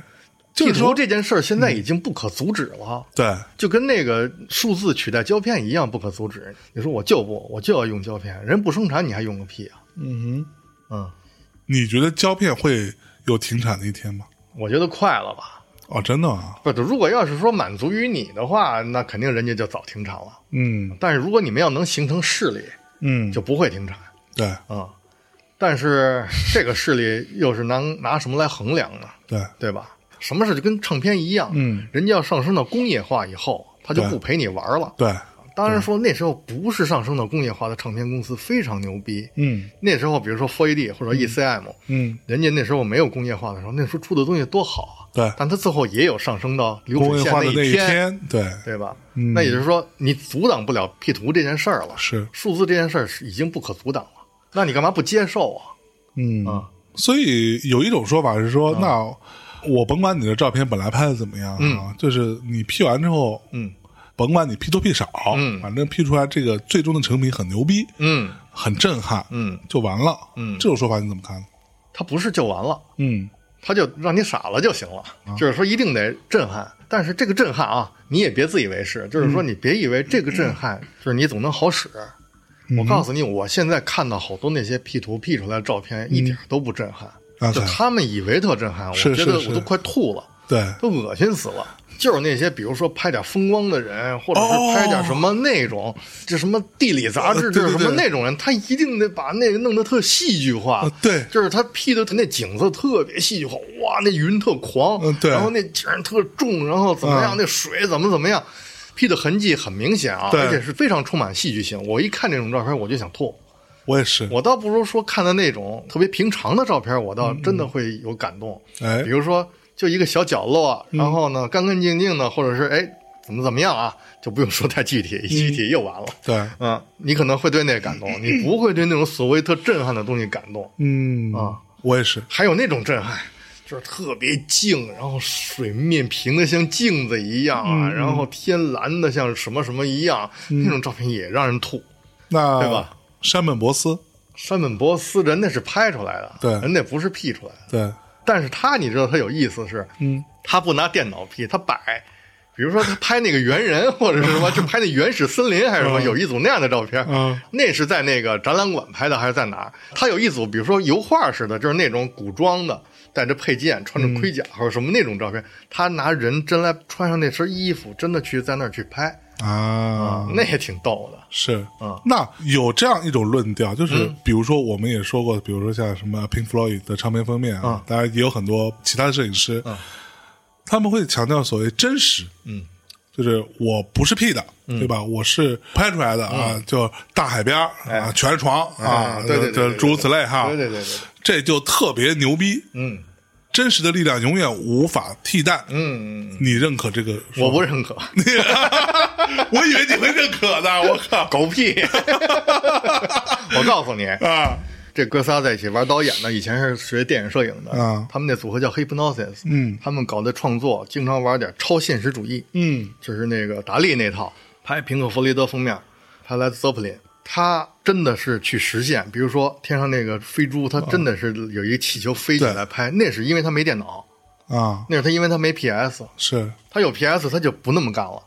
就 P 是图说这件事儿现在已经不可阻止了，对，就跟那个数字取代胶片一样不可阻止。你说我就不，我就要用胶片，人不生产你还用个屁啊？嗯哼，嗯，你觉得胶片会有停产的一天吗？我觉得快了吧。哦，真的啊，不，如果要是说满足于你的话，那肯定人家就早停产了。嗯但是如果你们要能形成势力，嗯，就不会停产。对啊、但是这个势力又是拿拿什么来衡量呢？对，对吧？什么事就跟唱片一样，嗯，人家要上升到工业化以后，他就对不陪你玩了。对，当然说那时候不是上升到工业化的唱片公司非常牛逼，嗯那时候比如说 4AD 或者 ECM，、嗯，人家那时候没有工业化的时候，那时候出的东西多好啊！对，但它最后也有上升到流工水业线化的一一天，天，对，对吧？嗯那也就是说，你阻挡不了 P 图这件事儿了，是，数字这件事儿是已经不可阻挡了。那你干嘛不接受啊？嗯啊，所以有一种说法是说，那我甭管你的照片本来拍的怎么样啊，就是你 P 完之后，嗯甭管你 P 多 P 少，嗯反正 P 出来这个最终的成品很牛逼，嗯很震撼，嗯，就完了。嗯这种说法你怎么看？它不是就完了，嗯它就让你傻了就行了。啊就是说，一定得震撼，但是这个震撼啊，你也别自以为是，就是嗯说你别以为这个震撼就是你总能好使。嗯我告诉你，我现在看到好多那些 P 图 P 出来的照片，一点都不震撼。嗯啊就对他们以为特震撼，我是觉得是是我都快吐了，对，都恶心死了。就是那些，比如说拍点风光的人，或者是拍点什么那种，这什么地理杂哦志，呃对这对什么对那种人，他一定得把那个弄得特戏剧化啊。对就是他 P 的那景色特别戏剧化，哇，那云特狂，嗯对然后那景儿特重，然后怎么样，嗯那水怎么怎么样，P 的痕迹很明显啊，对而且是非常充满戏剧性。我一看这种照片，我就想吐。我也是，我倒不如说看的那种特别平常的照片，我倒真的会有感动。哎嗯比，如说，就一个小角落，然后呢，干干净净的，或者是哎怎么怎么样啊，就不用说太具体，一具体又完了。对，嗯，你可能会对那感动，你不会对那种所谓特震撼的东西感动。嗯啊，我也是，还有那种震撼，就是特别静，然后水面平的像镜子一样啊，然后天蓝的像什么什么一样，那种照片也让人吐。那对吧？山本博斯，山本博斯人那是拍出来的，对人那不是 P 出来的。对，但是他你知道他有意思是，嗯，他不拿电脑 P，他摆，比如说他拍那个猿人或者是 什么，就拍那原始森林还是什么，有一组那样的照片，嗯，那是在那个展览馆拍的还是在哪儿？他有一组，比如说油画似的，就是那种古装的，带着配件，穿着盔甲嗯或者什么那种照片，他拿人真来穿上那身衣服，真的去在那儿去拍，啊，那也挺逗的。是嗯，那有这样一种论调，就是比如说我们也说过，比如说像什么 Pink Floyd 的唱片封面啊，当然也有很多其他的摄影师，他们会强调所谓真实，啊嗯，就是我不是 P 的，对吧？我是拍出来的啊，就大海边儿啊，全是床啊嗯哎，对对对这对对诸如此类哈，对对对对，这就特别牛逼，嗯真实的力量永远无法替代，嗯，嗯你认可这个说法吗？ 我不认可，我以为你会认可的， 我靠狗屁！我告诉你，啊！这哥仨在一起玩导演呢，以前是学电影摄影的，啊他们那组合叫 Hypnosis，嗯，他们搞的创作经常玩点超现实主义，嗯就是那个达利那套，拍平克·弗雷德封面，拍莱兹·泽普林，他真的是去实现，比如说天上那个飞猪，他真的是有一个气球飞起来拍，那是因为他没电脑，啊，那是他因为他没 PS，是他有 PS 他就不那么干了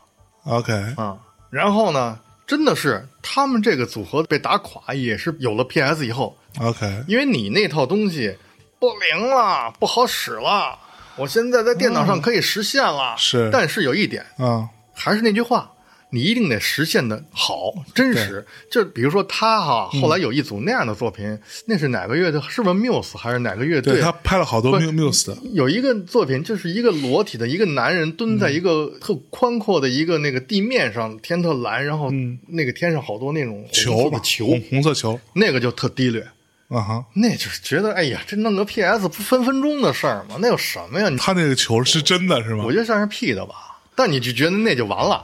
OK，啊、然后呢，真的是他们这个组合被打垮，也是有了 PS 以后， OK，因为你那套东西不灵了，不好使了。我现在在电脑上可以实现了，嗯是但是有一点，啊，还是那句话，你一定得实现的好、真实。就比如说他哈，后嗯来有一组那样的作品，那是哪个乐队？是不是 Muse 还是哪个乐队？对他拍了好多不 Mu- Muse 的，有一个作品，就是一个裸体的一个男人蹲嗯在一个特宽阔的一个那个地面上，天特蓝，然后那个天上好多那种红色嗯球的吧，嗯球，红红色球，那个就特低劣。啊哈，那就是觉得，哎呀，这弄个 PS 不分分钟的事儿吗？那有什么呀？你他那个球是真的是吗我？觉得像是 P 的吧，但你就觉得那就完 了，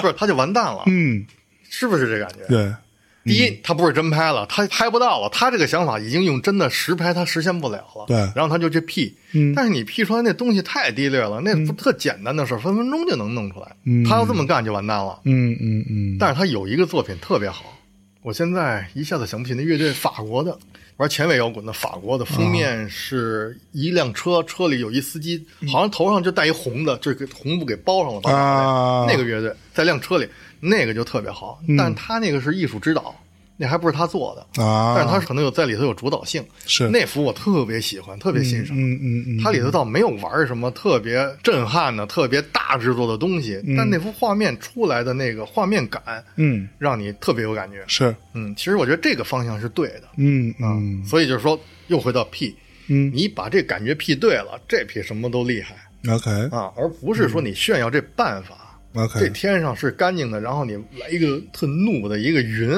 不是，他就完蛋了，嗯，是不是这感觉？对，嗯第一，他不是真拍了，他拍不到了，他这个想法已经用真的实拍他实现不了了。对嗯然后他就去 P，、但是你 P 出来那东西太低劣了，那不特简单的事儿，分分钟就能弄出来。他要这么干就完蛋了。嗯嗯嗯，但是他有一个作品特别好，我现在一下子想不起那乐队，法国的玩前卫摇滚的法国的，啊封面是一辆车，车里有一司机，好像头上就戴一红的，就是给红布给包上了吧。啊哦那个乐队在辆车里，那个就特别好，嗯但他那个是艺术指导，那还不是他做的，啊，但是他可能有在里头有主导性。是那幅我特别喜欢，特别欣赏。嗯嗯嗯，它里头倒没有玩什么特别震撼的、特别大制作的东西，但那幅画面出来的那个画面感，嗯，让你特别有感觉。是，嗯，其实我觉得这个方向是对的，嗯嗯所以就是说，又回到 P，嗯你把这感觉 P 对了，这 P 什么都厉害，OK，嗯啊，而不是说你炫耀这办法。 OK 这天上是干净的，然后你来一个特怒的一个云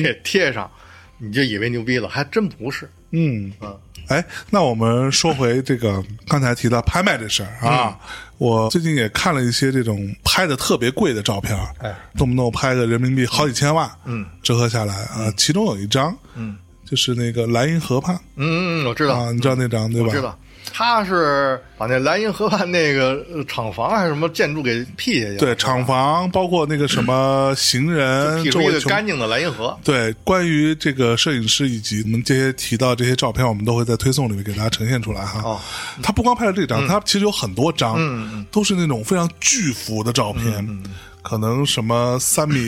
给贴上，你就以为牛逼了，还真不是。嗯嗯，哎，那我们说回这个刚才提到拍卖这事儿啊，嗯我最近也看了一些这种拍的特别贵的照片，啊哎，动不动拍个人民币好几千万，嗯，折合下来啊，其中有一张，嗯，就是那个莱茵河畔嗯嗯，我知道，啊，你知道那张对吧？我知道。他是把那莱茵河畔那个呃厂房还是什么建筑给辟下去了，对，厂房包括那个什么行人辟周出一围个全干净的莱茵河。对，关于这个摄影师以及我们这些提到这些照片，我们都会在推送里面给大家呈现出来哈。哦嗯他不光拍了这张，他其实有很多张，都是那种非常巨幅的照片，嗯可能什么三米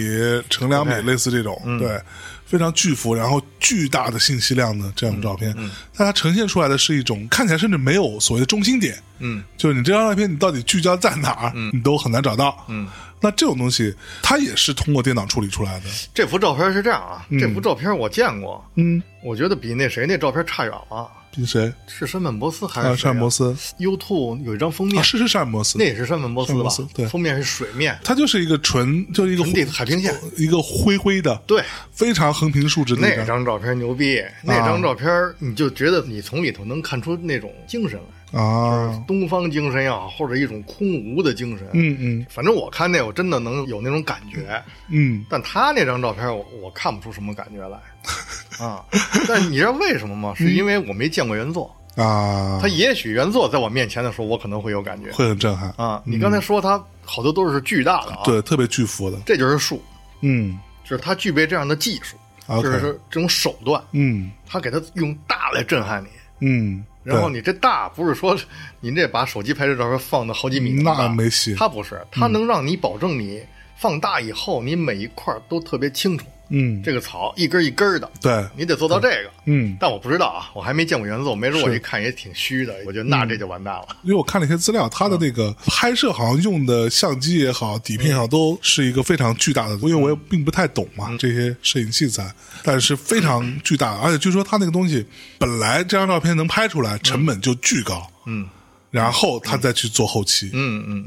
乘两米，类似这种，嗯对，非常巨幅，然后巨大的信息量的这样的照片，嗯但它呈现出来的是一种看起来甚至没有所谓的中心点，嗯，就是你这张照片你到底聚焦在哪儿，你都很难找到，嗯。那这种东西，它也是通过电脑处理出来的，这幅照片是这样啊，这幅照片我见过，嗯，我觉得比那谁那照片差远了。比谁？是山本博斯还啊，是谁啊膳摩斯 U Two 有一张封啊，面，是是膳摩斯那，也是山本博斯山吧本博斯？对封面是水面，它就是一个纯，就是一个纯地海平线。一个灰灰的，对，非常横平竖直的那一张啊照片牛逼，那张照片你就觉得你从里头能看出那种精神来，啊，东方精神也好，或者一种空无的精神。嗯嗯反正我看那我真的能有那种感觉，嗯，但他那张照片我我看不出什么感觉 来，啊！但你知道为什么吗？是因为我没见过原作，啊他，也许原作在我面前的时候，我可能会有感觉会很震撼，啊。你刚才说他好多都是巨大的啊，，嗯对，特别巨幅的，这就是术，嗯就是他具备这样的技术，就 OK 是说这种手段，嗯他给他用大来震撼你。嗯，然后对你这大不是说您这把手机拍摄照片放到好几米么那大没戏它不是，它能让你保证你放大以后，你每一块儿都特别清楚。嗯这个草一根一根的，对，你得做到这个。嗯，但我不知道啊，我还没见过原作，没准我一看也挺虚的，我觉得那嗯这就完蛋了。因为我看了一些资料，它的那个拍摄好像用的相机也好，底片也好，都是一个非常巨大的，因为我也并不太懂嗯嘛这些摄影器材，但是非常巨大，而且据说它那个东西本来这张照片能拍出来，成本就巨高，嗯，然后他再去做后期，嗯嗯嗯，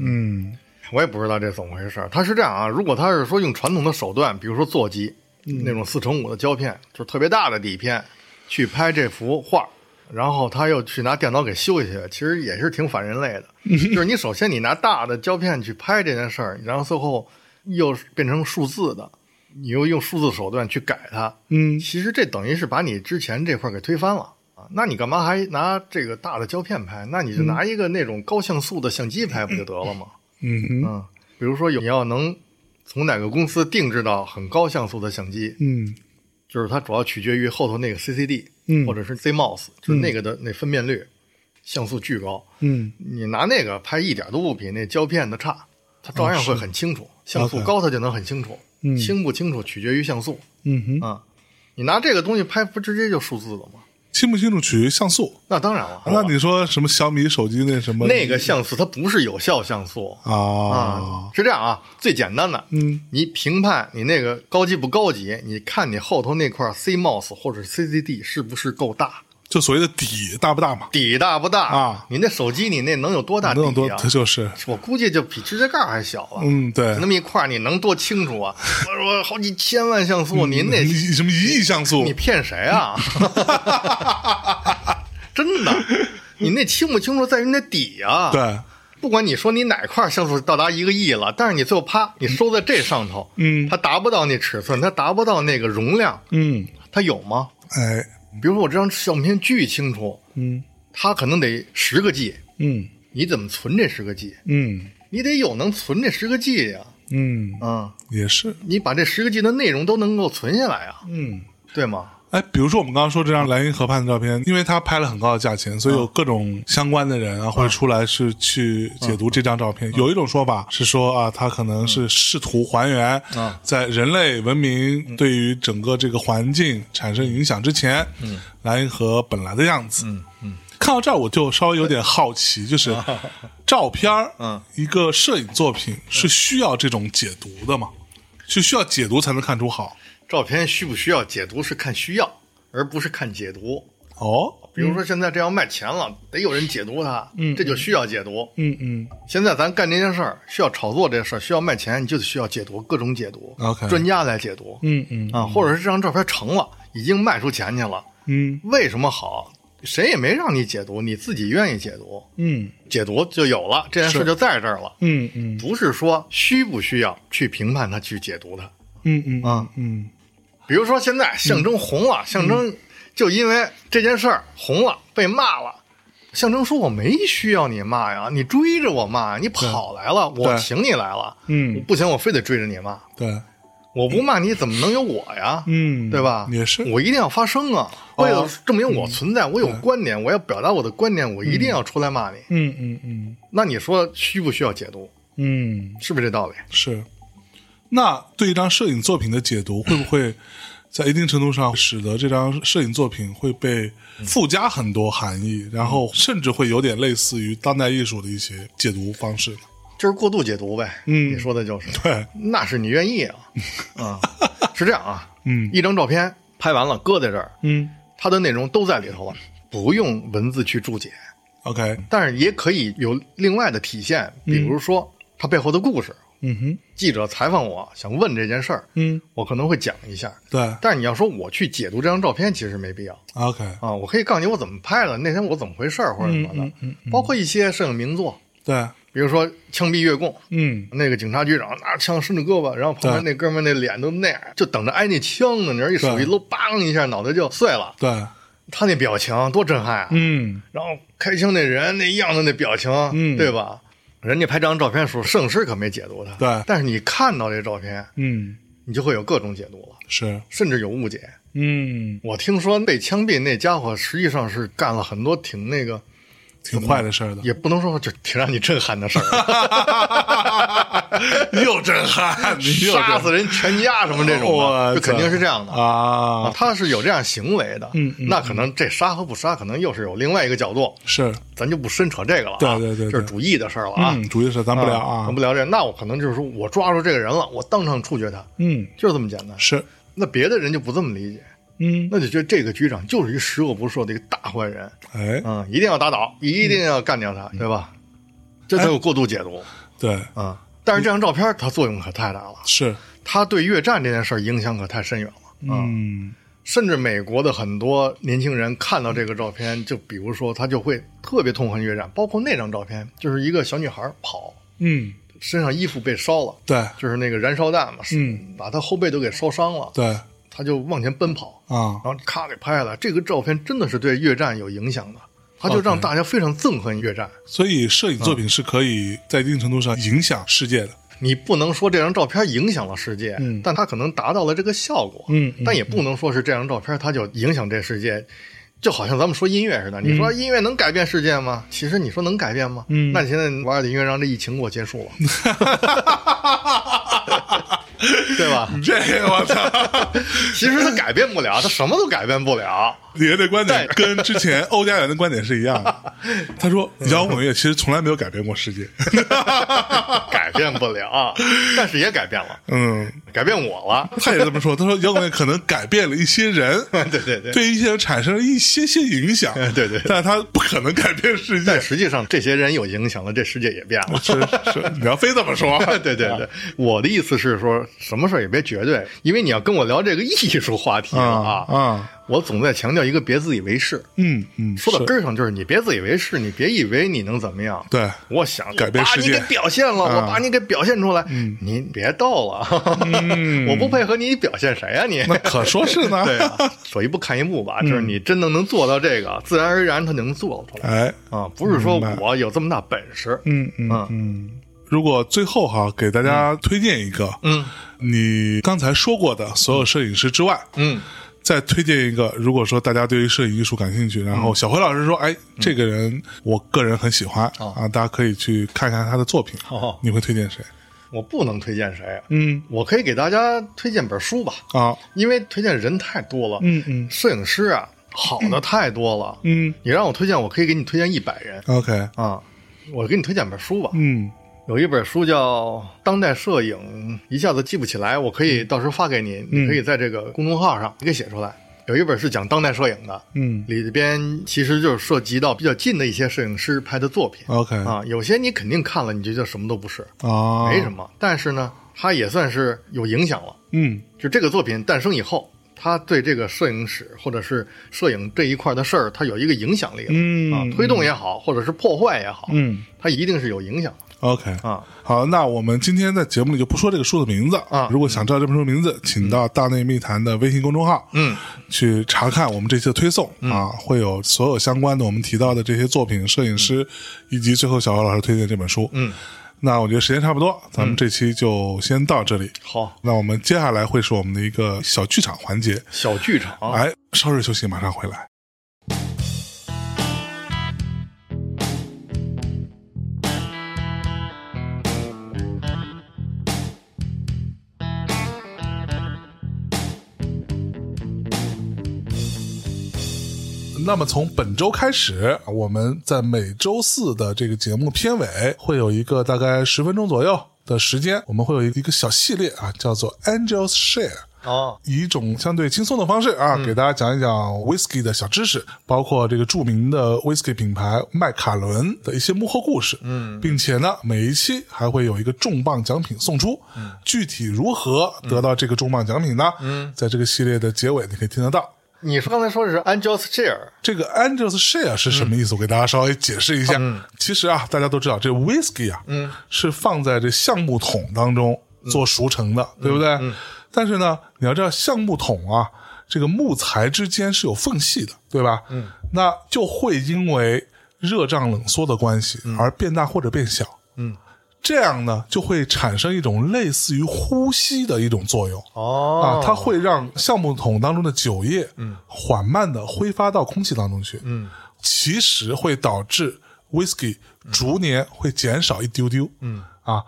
嗯我也不知道这怎么回事儿。它是这样啊，如果他是说用传统的手段，比如说座机、那种四乘五的胶片，就是特别大的底片，去拍这幅画儿。然后他又去拿电脑给修一下，其实也是挺反人类的。就是你首先你拿大的胶片去拍这件事儿，然后最后又变成数字的，你又用数字手段去改它，嗯其实这等于是把你之前这块儿给推翻了啊！那你干嘛还拿这个大的胶片拍？那你就拿一个那种高像素的相机拍不就得了吗？嗯哼嗯，比如说有你要能从哪个公司定制到很高像素的相机，嗯就是它主要取决于后头那个 CCD，嗯或者是 CMOS，就是那个的那分辨率，像素巨高。嗯你拿那个拍一点都不比那胶片的差，它照样会很清楚，像素哦 OK 高它就能很清楚，嗯清不清楚取决于像素。嗯哼，啊，你拿这个东西拍，不直接就数字了吗？清不清楚取决于像素。那当然了，啊那你说什么小米手机那什么那个像素它不是有效像素啊啊，，是这样啊，最简单的，嗯，你评判你那个高级不高级，你看你后头那块 CMOS 或者 CCD 是不是够大，就所谓的底大不大嘛？底大不大啊你那手机你那能有多大底能有多啊？就是我估计就比指甲盖儿还小了。嗯对，那么一块儿你能多清楚啊？我说好几千万像素，嗯您那一什么一亿像素你骗谁啊？ 真的，你那清不清楚在于你那底啊。，对，不管你说你哪块像素到达一个亿了，但是你最后啪，你收在这上头，嗯它达不到那尺寸，它达不到那个容量，嗯，它有吗？哎，比如说我这张相片巨清楚，嗯它可能得十个 G，嗯你怎么存这十个 G？嗯你得有能存这十个 G 呀、嗯，啊，也是，你把这十个 G 的内容都能够存下来啊，嗯。对吗？哎，比如说我们刚刚说这张莱茵河畔的照片，因为他拍了很高的价钱，所以有各种相关的人啊会出来是去解读这张照片。有一种说法是说啊，他可能是试图还原嗯在人类文明对于整个这个环境产生影响之前，莱茵河本来的样子。嗯嗯。看到这儿，我就稍微有点好奇，就是照片儿嗯，一个摄影作品是需要这种解读的吗？是需要解读才能看出好照片需不需要解读是看需要，而不是看解读。哦。比如说现在这要卖钱了，得有人解读它，嗯这就需要解读。嗯嗯现在咱干这件事儿，需要炒作这事儿，需要卖钱，你就得需要解读各种解读 OK 专家来解读、嗯嗯啊，或者是这张照片成了，已经卖出钱去了，嗯为什么好？谁也没让你解读，你自己愿意解读，嗯解读就有了，这件事是就在这儿了。嗯嗯不是说需不需要去评判它，去解读它。嗯嗯啊嗯比如说现在象征红了，象征就因为这件事儿红了，被骂了。象征说：“我没需要你骂呀，你追着我骂，你跑来了，我对请你来了，嗯不行，我非得追着你骂，对我不骂你怎么能有我呀？嗯对吧？也是我一定要发声啊，哦为了证明我存在，我有观点，我要表达我的观点，我一定要出来骂你。嗯嗯嗯那你说需不需要解读？嗯是不是这道理？是。那对一张摄影作品的解读，会不会在一定程度上使得这张摄影作品会被附加很多含义，然后甚至会有点类似于当代艺术的一些解读方式呢？就是过度解读呗。嗯你说的就是，对，那是你愿 意啊，啊，是这样啊，嗯一张照片拍完了搁在这儿，嗯它的内容都在里头了，不用文字去注解， ，OK，但是也可以有另外的体现，比如说它背后的故事。嗯哼，记者采访我想问这件事儿，嗯，我可能会讲一下，对嗯但是你要说我去解读这张照片，其实没必要，OK，啊。我可以告诉你我怎么拍的，那天我怎么回事儿或者什么的，嗯嗯包括一些摄影名作，对，比如说《枪毙越共》，嗯那个警察局长拿着枪伸着胳膊，然后旁边那哥们儿那脸都那样，就等着挨那枪呢。你说一手对一搂，梆一下脑袋就碎了，对，他那表情多震撼啊！嗯然后开枪那人那样子那表情，嗯对吧？人家拍张照片的时候，摄影师可没解读他，对但是你看到这照片，嗯你就会有各种解读了，是，甚至有误解。嗯，我听说被枪毙那家伙实际上是干了很多挺那个，挺坏的事儿的，也不能说就挺让你震撼的事儿， 又震撼，你又杀震撼死人全家什么这种我的，就操肯定是这样的。啊啊，他是有这样行为的，嗯嗯那可能这杀和不杀，可能又是有另外一个角度，是，咱就不深扯这个了、啊。对对对对这是主义的事儿了啊，嗯，主意是咱不聊啊咱，不聊这。那我可能就是说我抓住这个人了，我当场处决他，嗯，就是这么简单。是，那别的人就不这么理解，嗯，那就觉得这个局长就是一十恶不赦的一个大坏人，哎，嗯，一定要打倒，一定要干掉他，嗯对吧？这才有过度解读啊、对，嗯但是这张照片它作用可太大了，是，它对越战这件事儿影响可太深远了。嗯，甚至美国的很多年轻人看到这个照片，就比如说他就会特别痛恨越战，包括那张照片，就是一个小女孩跑，嗯，身上衣服被烧了，对，就是那个燃烧弹嘛，嗯，把她后背都给烧伤了，对，她就往前奔跑，啊，然后咔给拍下来。这个照片真的是对越战有影响的，他就 OK 让大家非常憎恨越战。所以摄影作品是可以在一定程度上影响世界的，你不能说这张照片影响了世界，嗯但它可能达到了这个效果，嗯嗯但也不能说是这张照片它就影响这世界，就好像咱们说音乐似的，你说音乐能改变世界吗？其实你说能改变吗？嗯那你现在玩点音乐让这疫情给 我结束了， 对吧？这个我 操，其实它改变不了，它什么都改变不了， 你的这观点跟之前欧家园的观点是一样 的，他说摇滚乐其实从来没有改变过世界， 改变不了，但是也改变了，嗯。改变我了，他也这么说，他说摇滚乐可能改变了一些人，对对对。 对一些人产生了一些些影 响，对对对但是他不可能改变世界 但，实际上，这些人有影响了，这世界也变了。是是，你要非这么 说， 对对对，我的意思是说，什么事儿也别绝啊对，因为你要跟我聊这个艺术话题了啊啊，啊，我总在强调一个别自以为是。嗯嗯，说到是根儿上就是你别自以为是，你别以为你能怎么样。对 我想改变世界我把你给表现了，我把你给表现出来，你别逗了， 我不配合你，你表现谁啊你？那可说是呢，嗯 对 啊，嗯走一步看一步吧，就是你真的能做到这个，自然而然他就能做出来哎，啊，不是说明白我有这么大本事，嗯嗯嗯嗯，如果最后哈给大家推荐一个，嗯你刚才说过的所有摄影师之外，嗯再推荐一个，如果说大家对于摄影艺术感兴趣，然嗯后小辉老师说，哎，这个人我个人很喜欢哦啊，大家可以去看看他的作品哦，你会推荐谁？我不能推荐谁，嗯我可以给大家推荐本书吧，啊，因为推荐人太多了。嗯嗯摄影师啊，好的太多了。嗯你让我推荐，我可以给你推荐一百人，OK，啊。我给你推荐本书吧，嗯，有一本书叫《当代摄嗯影》，一下子记不起来，我可以到时候发给你，你可以在这个公众号上给写出来。有一本是讲当代摄影的，嗯里边其实就是涉及到比较近的一些摄影师拍的作品，OK 啊，有些你肯定看了，你就觉得什么都不是，啊，没什，么，但是呢，它也算是有影响了。嗯就这个作品诞生以后，它对这个摄影史或者是摄影这一块的事儿，它有一个影响力了、嗯啊，推动也好，或者是破坏也好，嗯它一定是有影响的，OK 啊。好，那我们今天在节目里就不说这个书的名字啊如果想知道这本书名字，请到大内密谈的微信公众号，嗯，去查看我们这期的推送啊，会有所有相关的我们提到的这些作品、摄影师，以及最后小姚老师推荐这本书。嗯，那我觉得时间差不多，咱们这期就先到这里。好，那我们接下来会是我们的一个小剧场环节，小剧场，哎，稍事休息，马上回来。那么从本周开始，我们在每周四的这个节目片尾会有一个大概十分钟左右的时间，我们会有一个小系列啊，叫做 Angels Share。哦，以一种相对轻松的方式啊，给大家讲一讲 whisky 的小知识，包括这个著名的 whisky 品牌麦卡伦的一些幕后故事。嗯，并且呢，每一期还会有一个重磅奖品送出。嗯，具体如何得到这个重磅奖品呢？嗯，在这个系列的结尾你可以听得到。你说刚才说的是 Angels Share，这个 Angels Share 是什么意思？我给大家稍微解释一下。其实啊，大家都知道这 whisky 啊，嗯，是放在这橡木桶当中做熟成的，对不对？但是呢，你要知道橡木桶啊，这个木材之间是有缝隙的，对吧？嗯，那就会因为热胀冷缩的关系而变大或者变小。嗯，这样呢，就会产生一种类似于呼吸的一种作用。哦，啊，它会让橡木桶当中的酒液，嗯，缓慢的挥发到空气当中去，嗯，其实会导致 whisky 逐年会减少一丢丢，嗯，啊，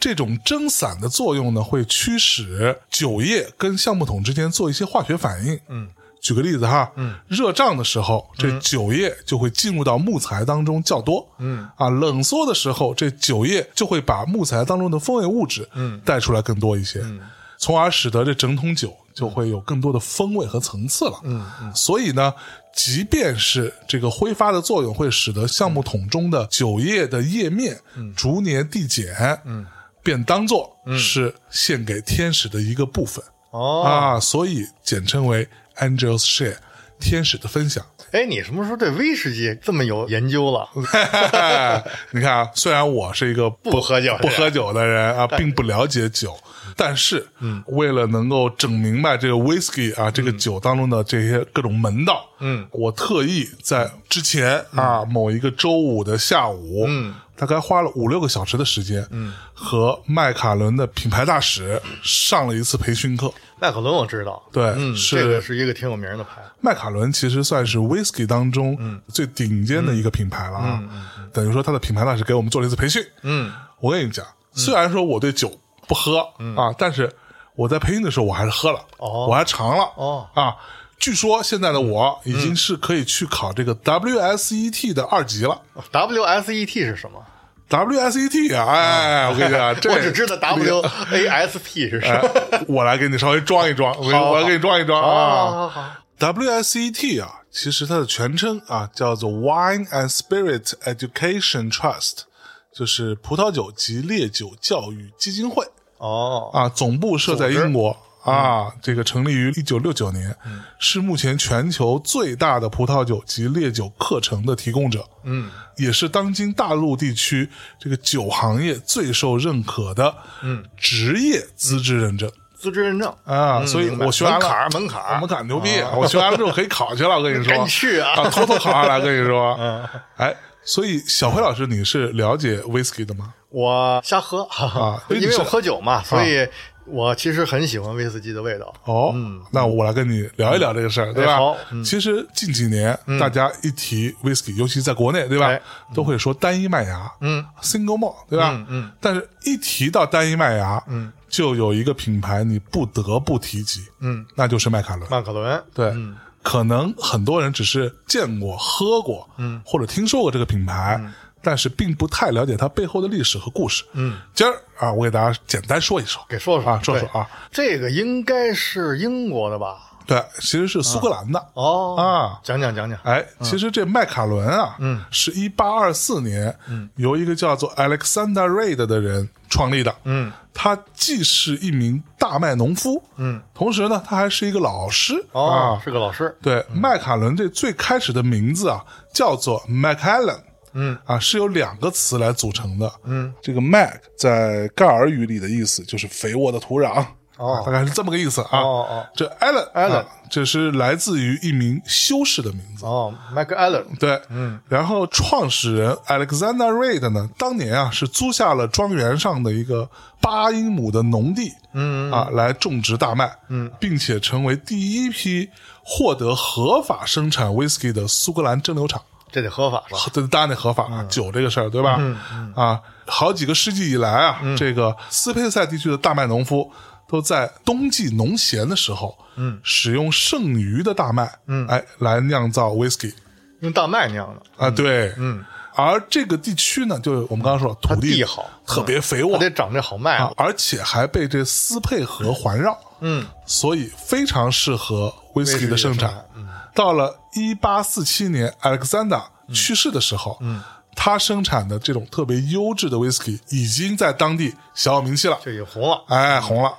这种蒸散的作用呢，会驱使酒液跟橡木桶之间做一些化学反应，嗯。举个例子哈，嗯，热胀的时候，这酒液就会进入到木材当中较多，嗯，啊，冷缩的时候，这酒液就会把木材当中的风味物质，嗯，带出来更多一些，嗯，从而使得这整桶酒就会有更多的风味和层次了。嗯，所以呢，即便是这个挥发的作用会使得橡木桶中的酒液的液面逐年递减，嗯，便当做是献给天使的一个部分、哦，啊，所以简称为 Angels Share，天使的分享。 哎，你什么时候对威士忌这么有研究了？你看啊，虽然我是一个不喝酒的人不喝酒的人啊，并不了解酒，但是，嗯为了能够整明白这个 whisky 啊，这个酒当中的这些各种门道，嗯，我特意在之前啊某一个周五的下午，嗯。大概花了五六个小时的时间，嗯，和麦卡伦的品牌大使上了一次培训课。麦可伦我知道，对嗯，是这个是一个挺有名的牌，麦卡伦其实算是 whisky 当嗯中最顶尖的一个品牌了啊，等于说他的品牌大使给我们做了一次培训。嗯，我跟你讲，虽然说我对酒不喝、啊，但是我在培训的时候我还是喝了，哦我还尝了，哦嗯啊。据说现在的我已经是可以去考这个 WSET 的二级了。 WSET E 是什么？ WSET 啊，哎，我跟你 讲，这嗯我只知道 WAST 是什么。哎 我来给你稍微装一装，我给好好我来给你装一装好啊。好好， WSET 啊，其实它的全称啊叫做 Wine and Spirit Education Trust，就是葡萄酒及烈酒教育基金会。哦，啊，总部设在组织英国嗯啊，这个成立于一九六九年，是目前全球最大的葡萄酒及烈酒课程的提供者，嗯，也是当今大陆地区这个酒行业最受认可的，嗯，职业资质认证。资质认证，啊，所以嗯明白我学完了门槛儿门槛儿门槛儿牛逼，我学完了之后可以考去了，我跟 你说，赶紧去啊嗯偷偷考上来，我跟你 说，哎，所以小辉老师，你是了解 whisky 的吗？我瞎喝，哈哈 啊因为你是我喝酒嘛，所以我其实很喜欢威士忌的味道。哦，那我来跟你聊一聊这个事儿，对吧哎好？其实近几年大家一提 whisky，尤其在国内，对吧哎，都会说单一麦芽，嗯，single malt，对吧？嗯，但是一提到单一麦芽，嗯，就有一个品牌你不得不提及，嗯，那就是麦卡伦。嗯曼可伦，对，可能很多人只是见过、喝过，嗯，或者听说过这个品牌，但是并不太了解它背后的历史和故事。嗯，今儿啊，我给大家简单说一说，给说说啊，说说对啊，这个应该是英国的吧？对，其实是苏格兰的。哦啊讲讲讲讲，哎，其实这麦卡伦啊，嗯，是一八二四年，嗯，由一个叫做 Alexander Reid 的人创立的，嗯，他既是一名大麦农夫，嗯，同时呢，他还是一个老师，哦，啊，是个老师，对，麦卡伦这最开始的名字啊，叫做 MacAllen，嗯，啊，是由两个词来组成的，嗯，这个 Mac 在盖尔语里的意思就是肥沃的土壤，哦啊大概是这么个意思啊，哦哦这 Allen Allen 啊这是来自于一名修士的名字。哦，Mike Allen，对，嗯，然后创始人 Alexander Reid 呢，当年啊是租下了庄园上的一个八英亩的农地，嗯啊，来种植大麦，嗯，并且成为第一批获得合法生产 whisky 的苏格兰蒸馏厂。这得合法是吧？这当然得合法啊，酒这个事儿，对吧？啊，好几个世纪以来啊，这个斯佩塞地区的大麦农夫都在冬季农闲的时候，嗯，使用剩余的大麦，嗯，哎，来酿造 whisky。用大麦酿的，啊，对，嗯，而这个地区呢，就是我们刚刚说土它地地好特别肥它沃、得长这好麦啊啊，，而且还被这斯佩河环绕，嗯，所以非常适合威士忌的生威士产。嗯到了一八四七年，Alexander 去世的时候，嗯，他生产的这种特别优质的威士忌已经在当地小有名气了，这也红了，哎，红了。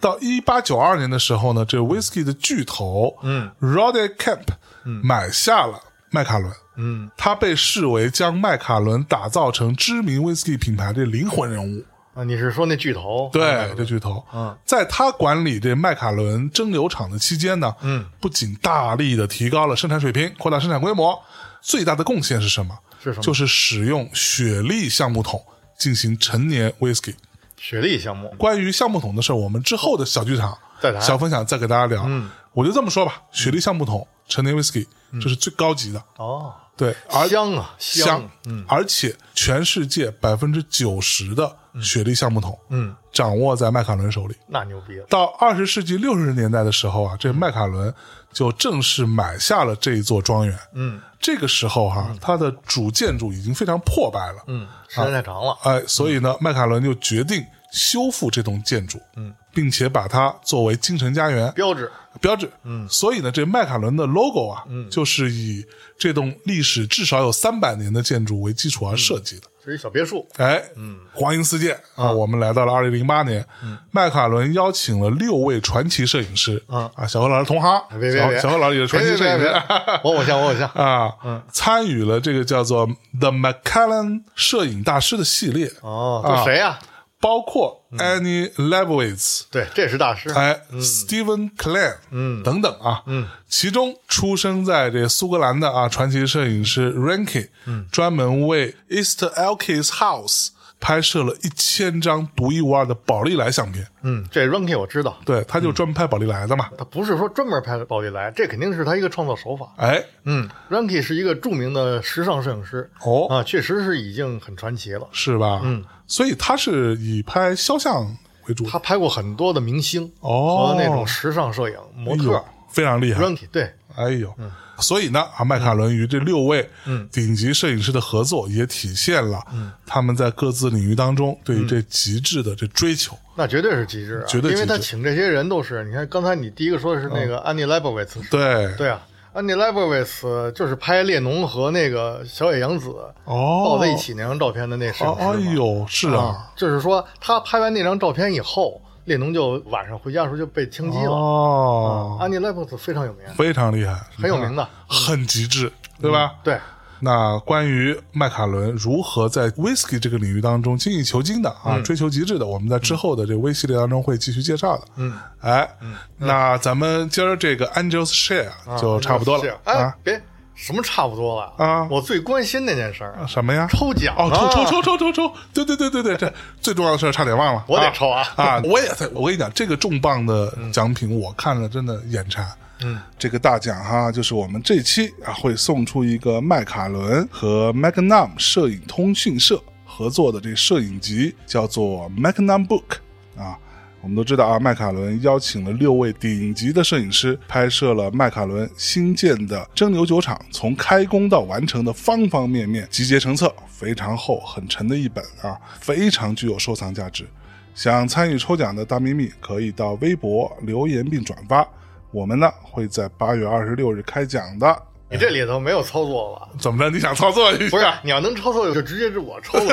到一八九二年的时候呢，这 whisky 的巨头，嗯，Roddy 嗯 Camp，买下了麦卡伦，嗯，他被视为将麦卡伦打造成知名 whisky 品牌的灵魂人物。啊，你是说那巨头？啊对，这巨头，嗯，在他管理这麦卡伦蒸馏厂的期间呢，嗯，不仅大力的提高了生产水平，扩大生产规模，最大的贡献是什么？是什么就是使用雪莉橡木桶进行陈年 whisky。雪莉项目，关于橡木桶的事儿，我们之后的小剧场再谈嗯小分享再给大家聊。我就这么说吧，雪莉橡木桶陈年 whisky 这是最高级的，哦，对，而香啊香香，，嗯而且全世界百分之九十的雪莉橡木桶，嗯，掌握在麦卡伦手里。那牛逼了，到二十世纪六十年代的时候啊，这麦卡伦就正式买下了这一座庄园。嗯，这个时候哈、它的主建筑已经非常破败了。嗯，时间太长了，哎，所以呢，麦卡伦就决定修复这栋建筑，嗯，并且把它作为精神家园标志标志，嗯，所以呢，这麦卡伦的 logo 啊，嗯，就是以这栋历史至少有三百年的建筑为基础而设计的。是一小别墅，哎，嗯，光阴似箭啊！我们来到了二零零八年，嗯麦卡伦邀请了六位传奇摄影师啊啊，小何老师同行，别别小别小何老师也是传奇摄影师别别别哎嗯我偶像我偶像， 啊，参与了这个叫做 The McCallan 摄影大师的系列，哦，啊这谁呀？包括嗯 Annie Leibovitz、对，这是大师，哎、Steven Klein，嗯，等等啊，嗯，其中出生在这苏格兰的啊传奇摄影师 Rankin，嗯，专门为 East Elkins House 拍摄了一千张独一无二的宝丽来相片，嗯，这 Ranky 我知道，对，他就专门拍宝丽来的嘛，他不是说专门拍宝丽来，这肯定是他一个创作手法。哎，嗯，Ranky 是一个著名的时尚摄影师，哦啊，确实是已经很传奇了。是吧？嗯，所以他是以拍肖像为主，他拍过很多的明星哦和那种时尚摄影模哎特呦。非常厉害 Ranky 对，哎呦，所以呢，啊，麦卡伦与这六位顶级摄影师的合作，也体现了他们在各自领域当中对于这极致的这追求。那绝对是极致啊，绝对因为他极致嗯请这些人都是，你看刚才你第一个说的是那个安妮莱 e 维茨，对，对啊，安妮莱 e 维茨就是拍列侬和那个小野洋子哦，抱在一，起那张照片的那摄影哦，师嘛哎呦，是啊，啊，就是说他拍完那张照片以后，列侬就晚上回家的时候就被枪击了。哦，安妮莱 e 维茨非常有名，非常厉害，很有名的，很极致，对吧？对，那关于麦卡伦如何在 whisky 这个领域当中精益求精的啊，追求极致的，我们在之后的这微系列当中会继续介绍的。嗯，哎，那咱们今儿这个 Angels 啊 Share 就差不多了是哎啊，，别什么差不多了啊我最关心那件事儿，啊什么呀？哎抽奖哦，抽抽啊，抽抽抽抽！对对对对对，这最重要的事儿差点忘了，我得抽嗯啊啊！啊我也在，我跟你讲，这个重磅的奖品我看了真的眼馋。嗯，这个大奖哈，就是我们这期啊会送出一个麦卡伦和 Magnum 摄影通讯社合作的这个摄影集，叫做 Magnum Book 啊。我们都知道啊，麦卡伦邀请了六位顶级的摄影师，拍摄了麦卡伦新建的蒸馏酒厂从开工到完成的方方面面，集结成册，非常厚很沉的一本啊，非常具有收藏价值。想参与抽奖的大咪咪可以到微博留言并转发，我们呢会在八月二十六日开讲的。你这里头没有操作吧？怎么着？你想操作一不是啊下？，你要能操作就直接是我抽过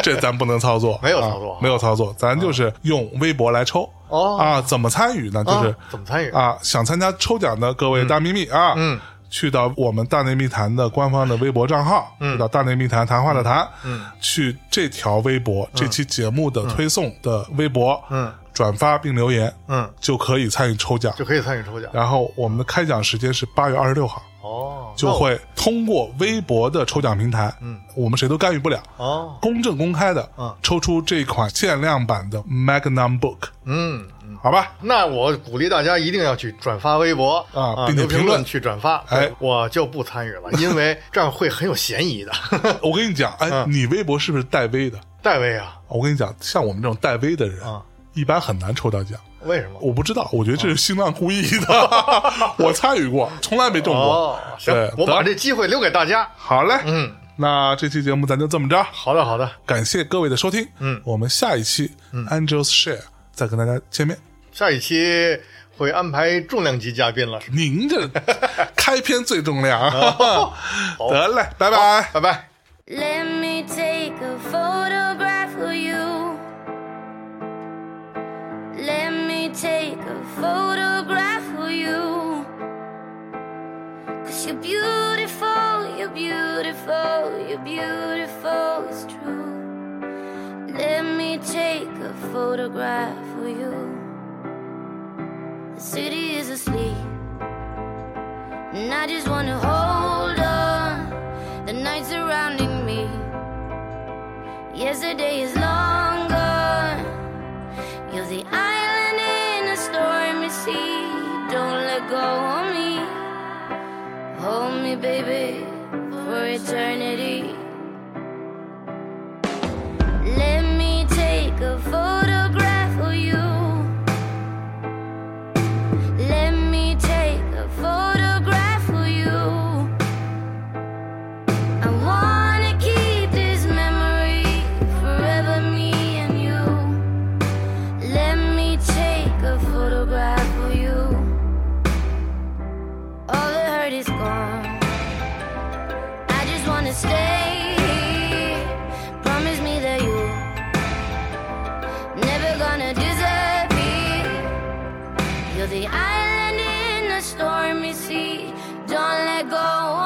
这咱不能操作，没有操作啊啊没有操作，咱就是用微博来抽。哦啊，怎么参与呢？就是啊怎么参与啊？想参加抽奖的各位大秘密啊，嗯，去到我们大内密谈的官方的微博账号，嗯，到大内密谈谈话的谈，嗯，去这条微博这期节目的推送的微博，嗯，转发并留言，嗯，就可以参与抽奖。就可以参与抽奖。然后我们的开奖时间是八月二十六号，哦，就会通过微博的抽奖平台，嗯，我们谁都干预不了，那我哦，公正公开的，嗯抽出这款限量版的 Magnum Book，嗯，好吧？那我鼓励大家一定要去转发微博啊并且留评论评论去转发。哎对我就不参与 了，因为这样会很有嫌疑的。我跟你讲，哎，嗯你微博是不是带微的？戴维啊，我跟你讲，像我们这种带微的人，啊一般很难抽到奖。为什么？我不知道，我觉得嗯这是新浪故意的。 我参与过，从来没中过。哦，行对，我把得这机会留给大家。好嘞，嗯，那这期节目咱就这么着，好的，好的，感谢各位的收听。嗯我们下一期 Angels Share 再跟大家见面。下一期会安排重量级嘉宾了，是吧您 这开篇最重量，啊哦得嘞，拜拜。拜拜。 Let me take a photograph of you. Let me take a photograph of you. Cause you're beautiful, you're beautiful, you're beautiful, it's true. Let me take a photograph of you. The city is asleep. And I just wanna hold on. The night surrounding me. Yesterday is long gone. You're the island in a stormy sea. Don't let go of me. Hold me, baby, for eternity. Let me take a photograph of you. Let me take a photograph of you. I wanna keep this memory forever, me and you. Let me take a photograph of you. All the hurt is gone. I just wanna stay. Promise me that you never gonna disappear. You're the island in a stormy sea. Don't let go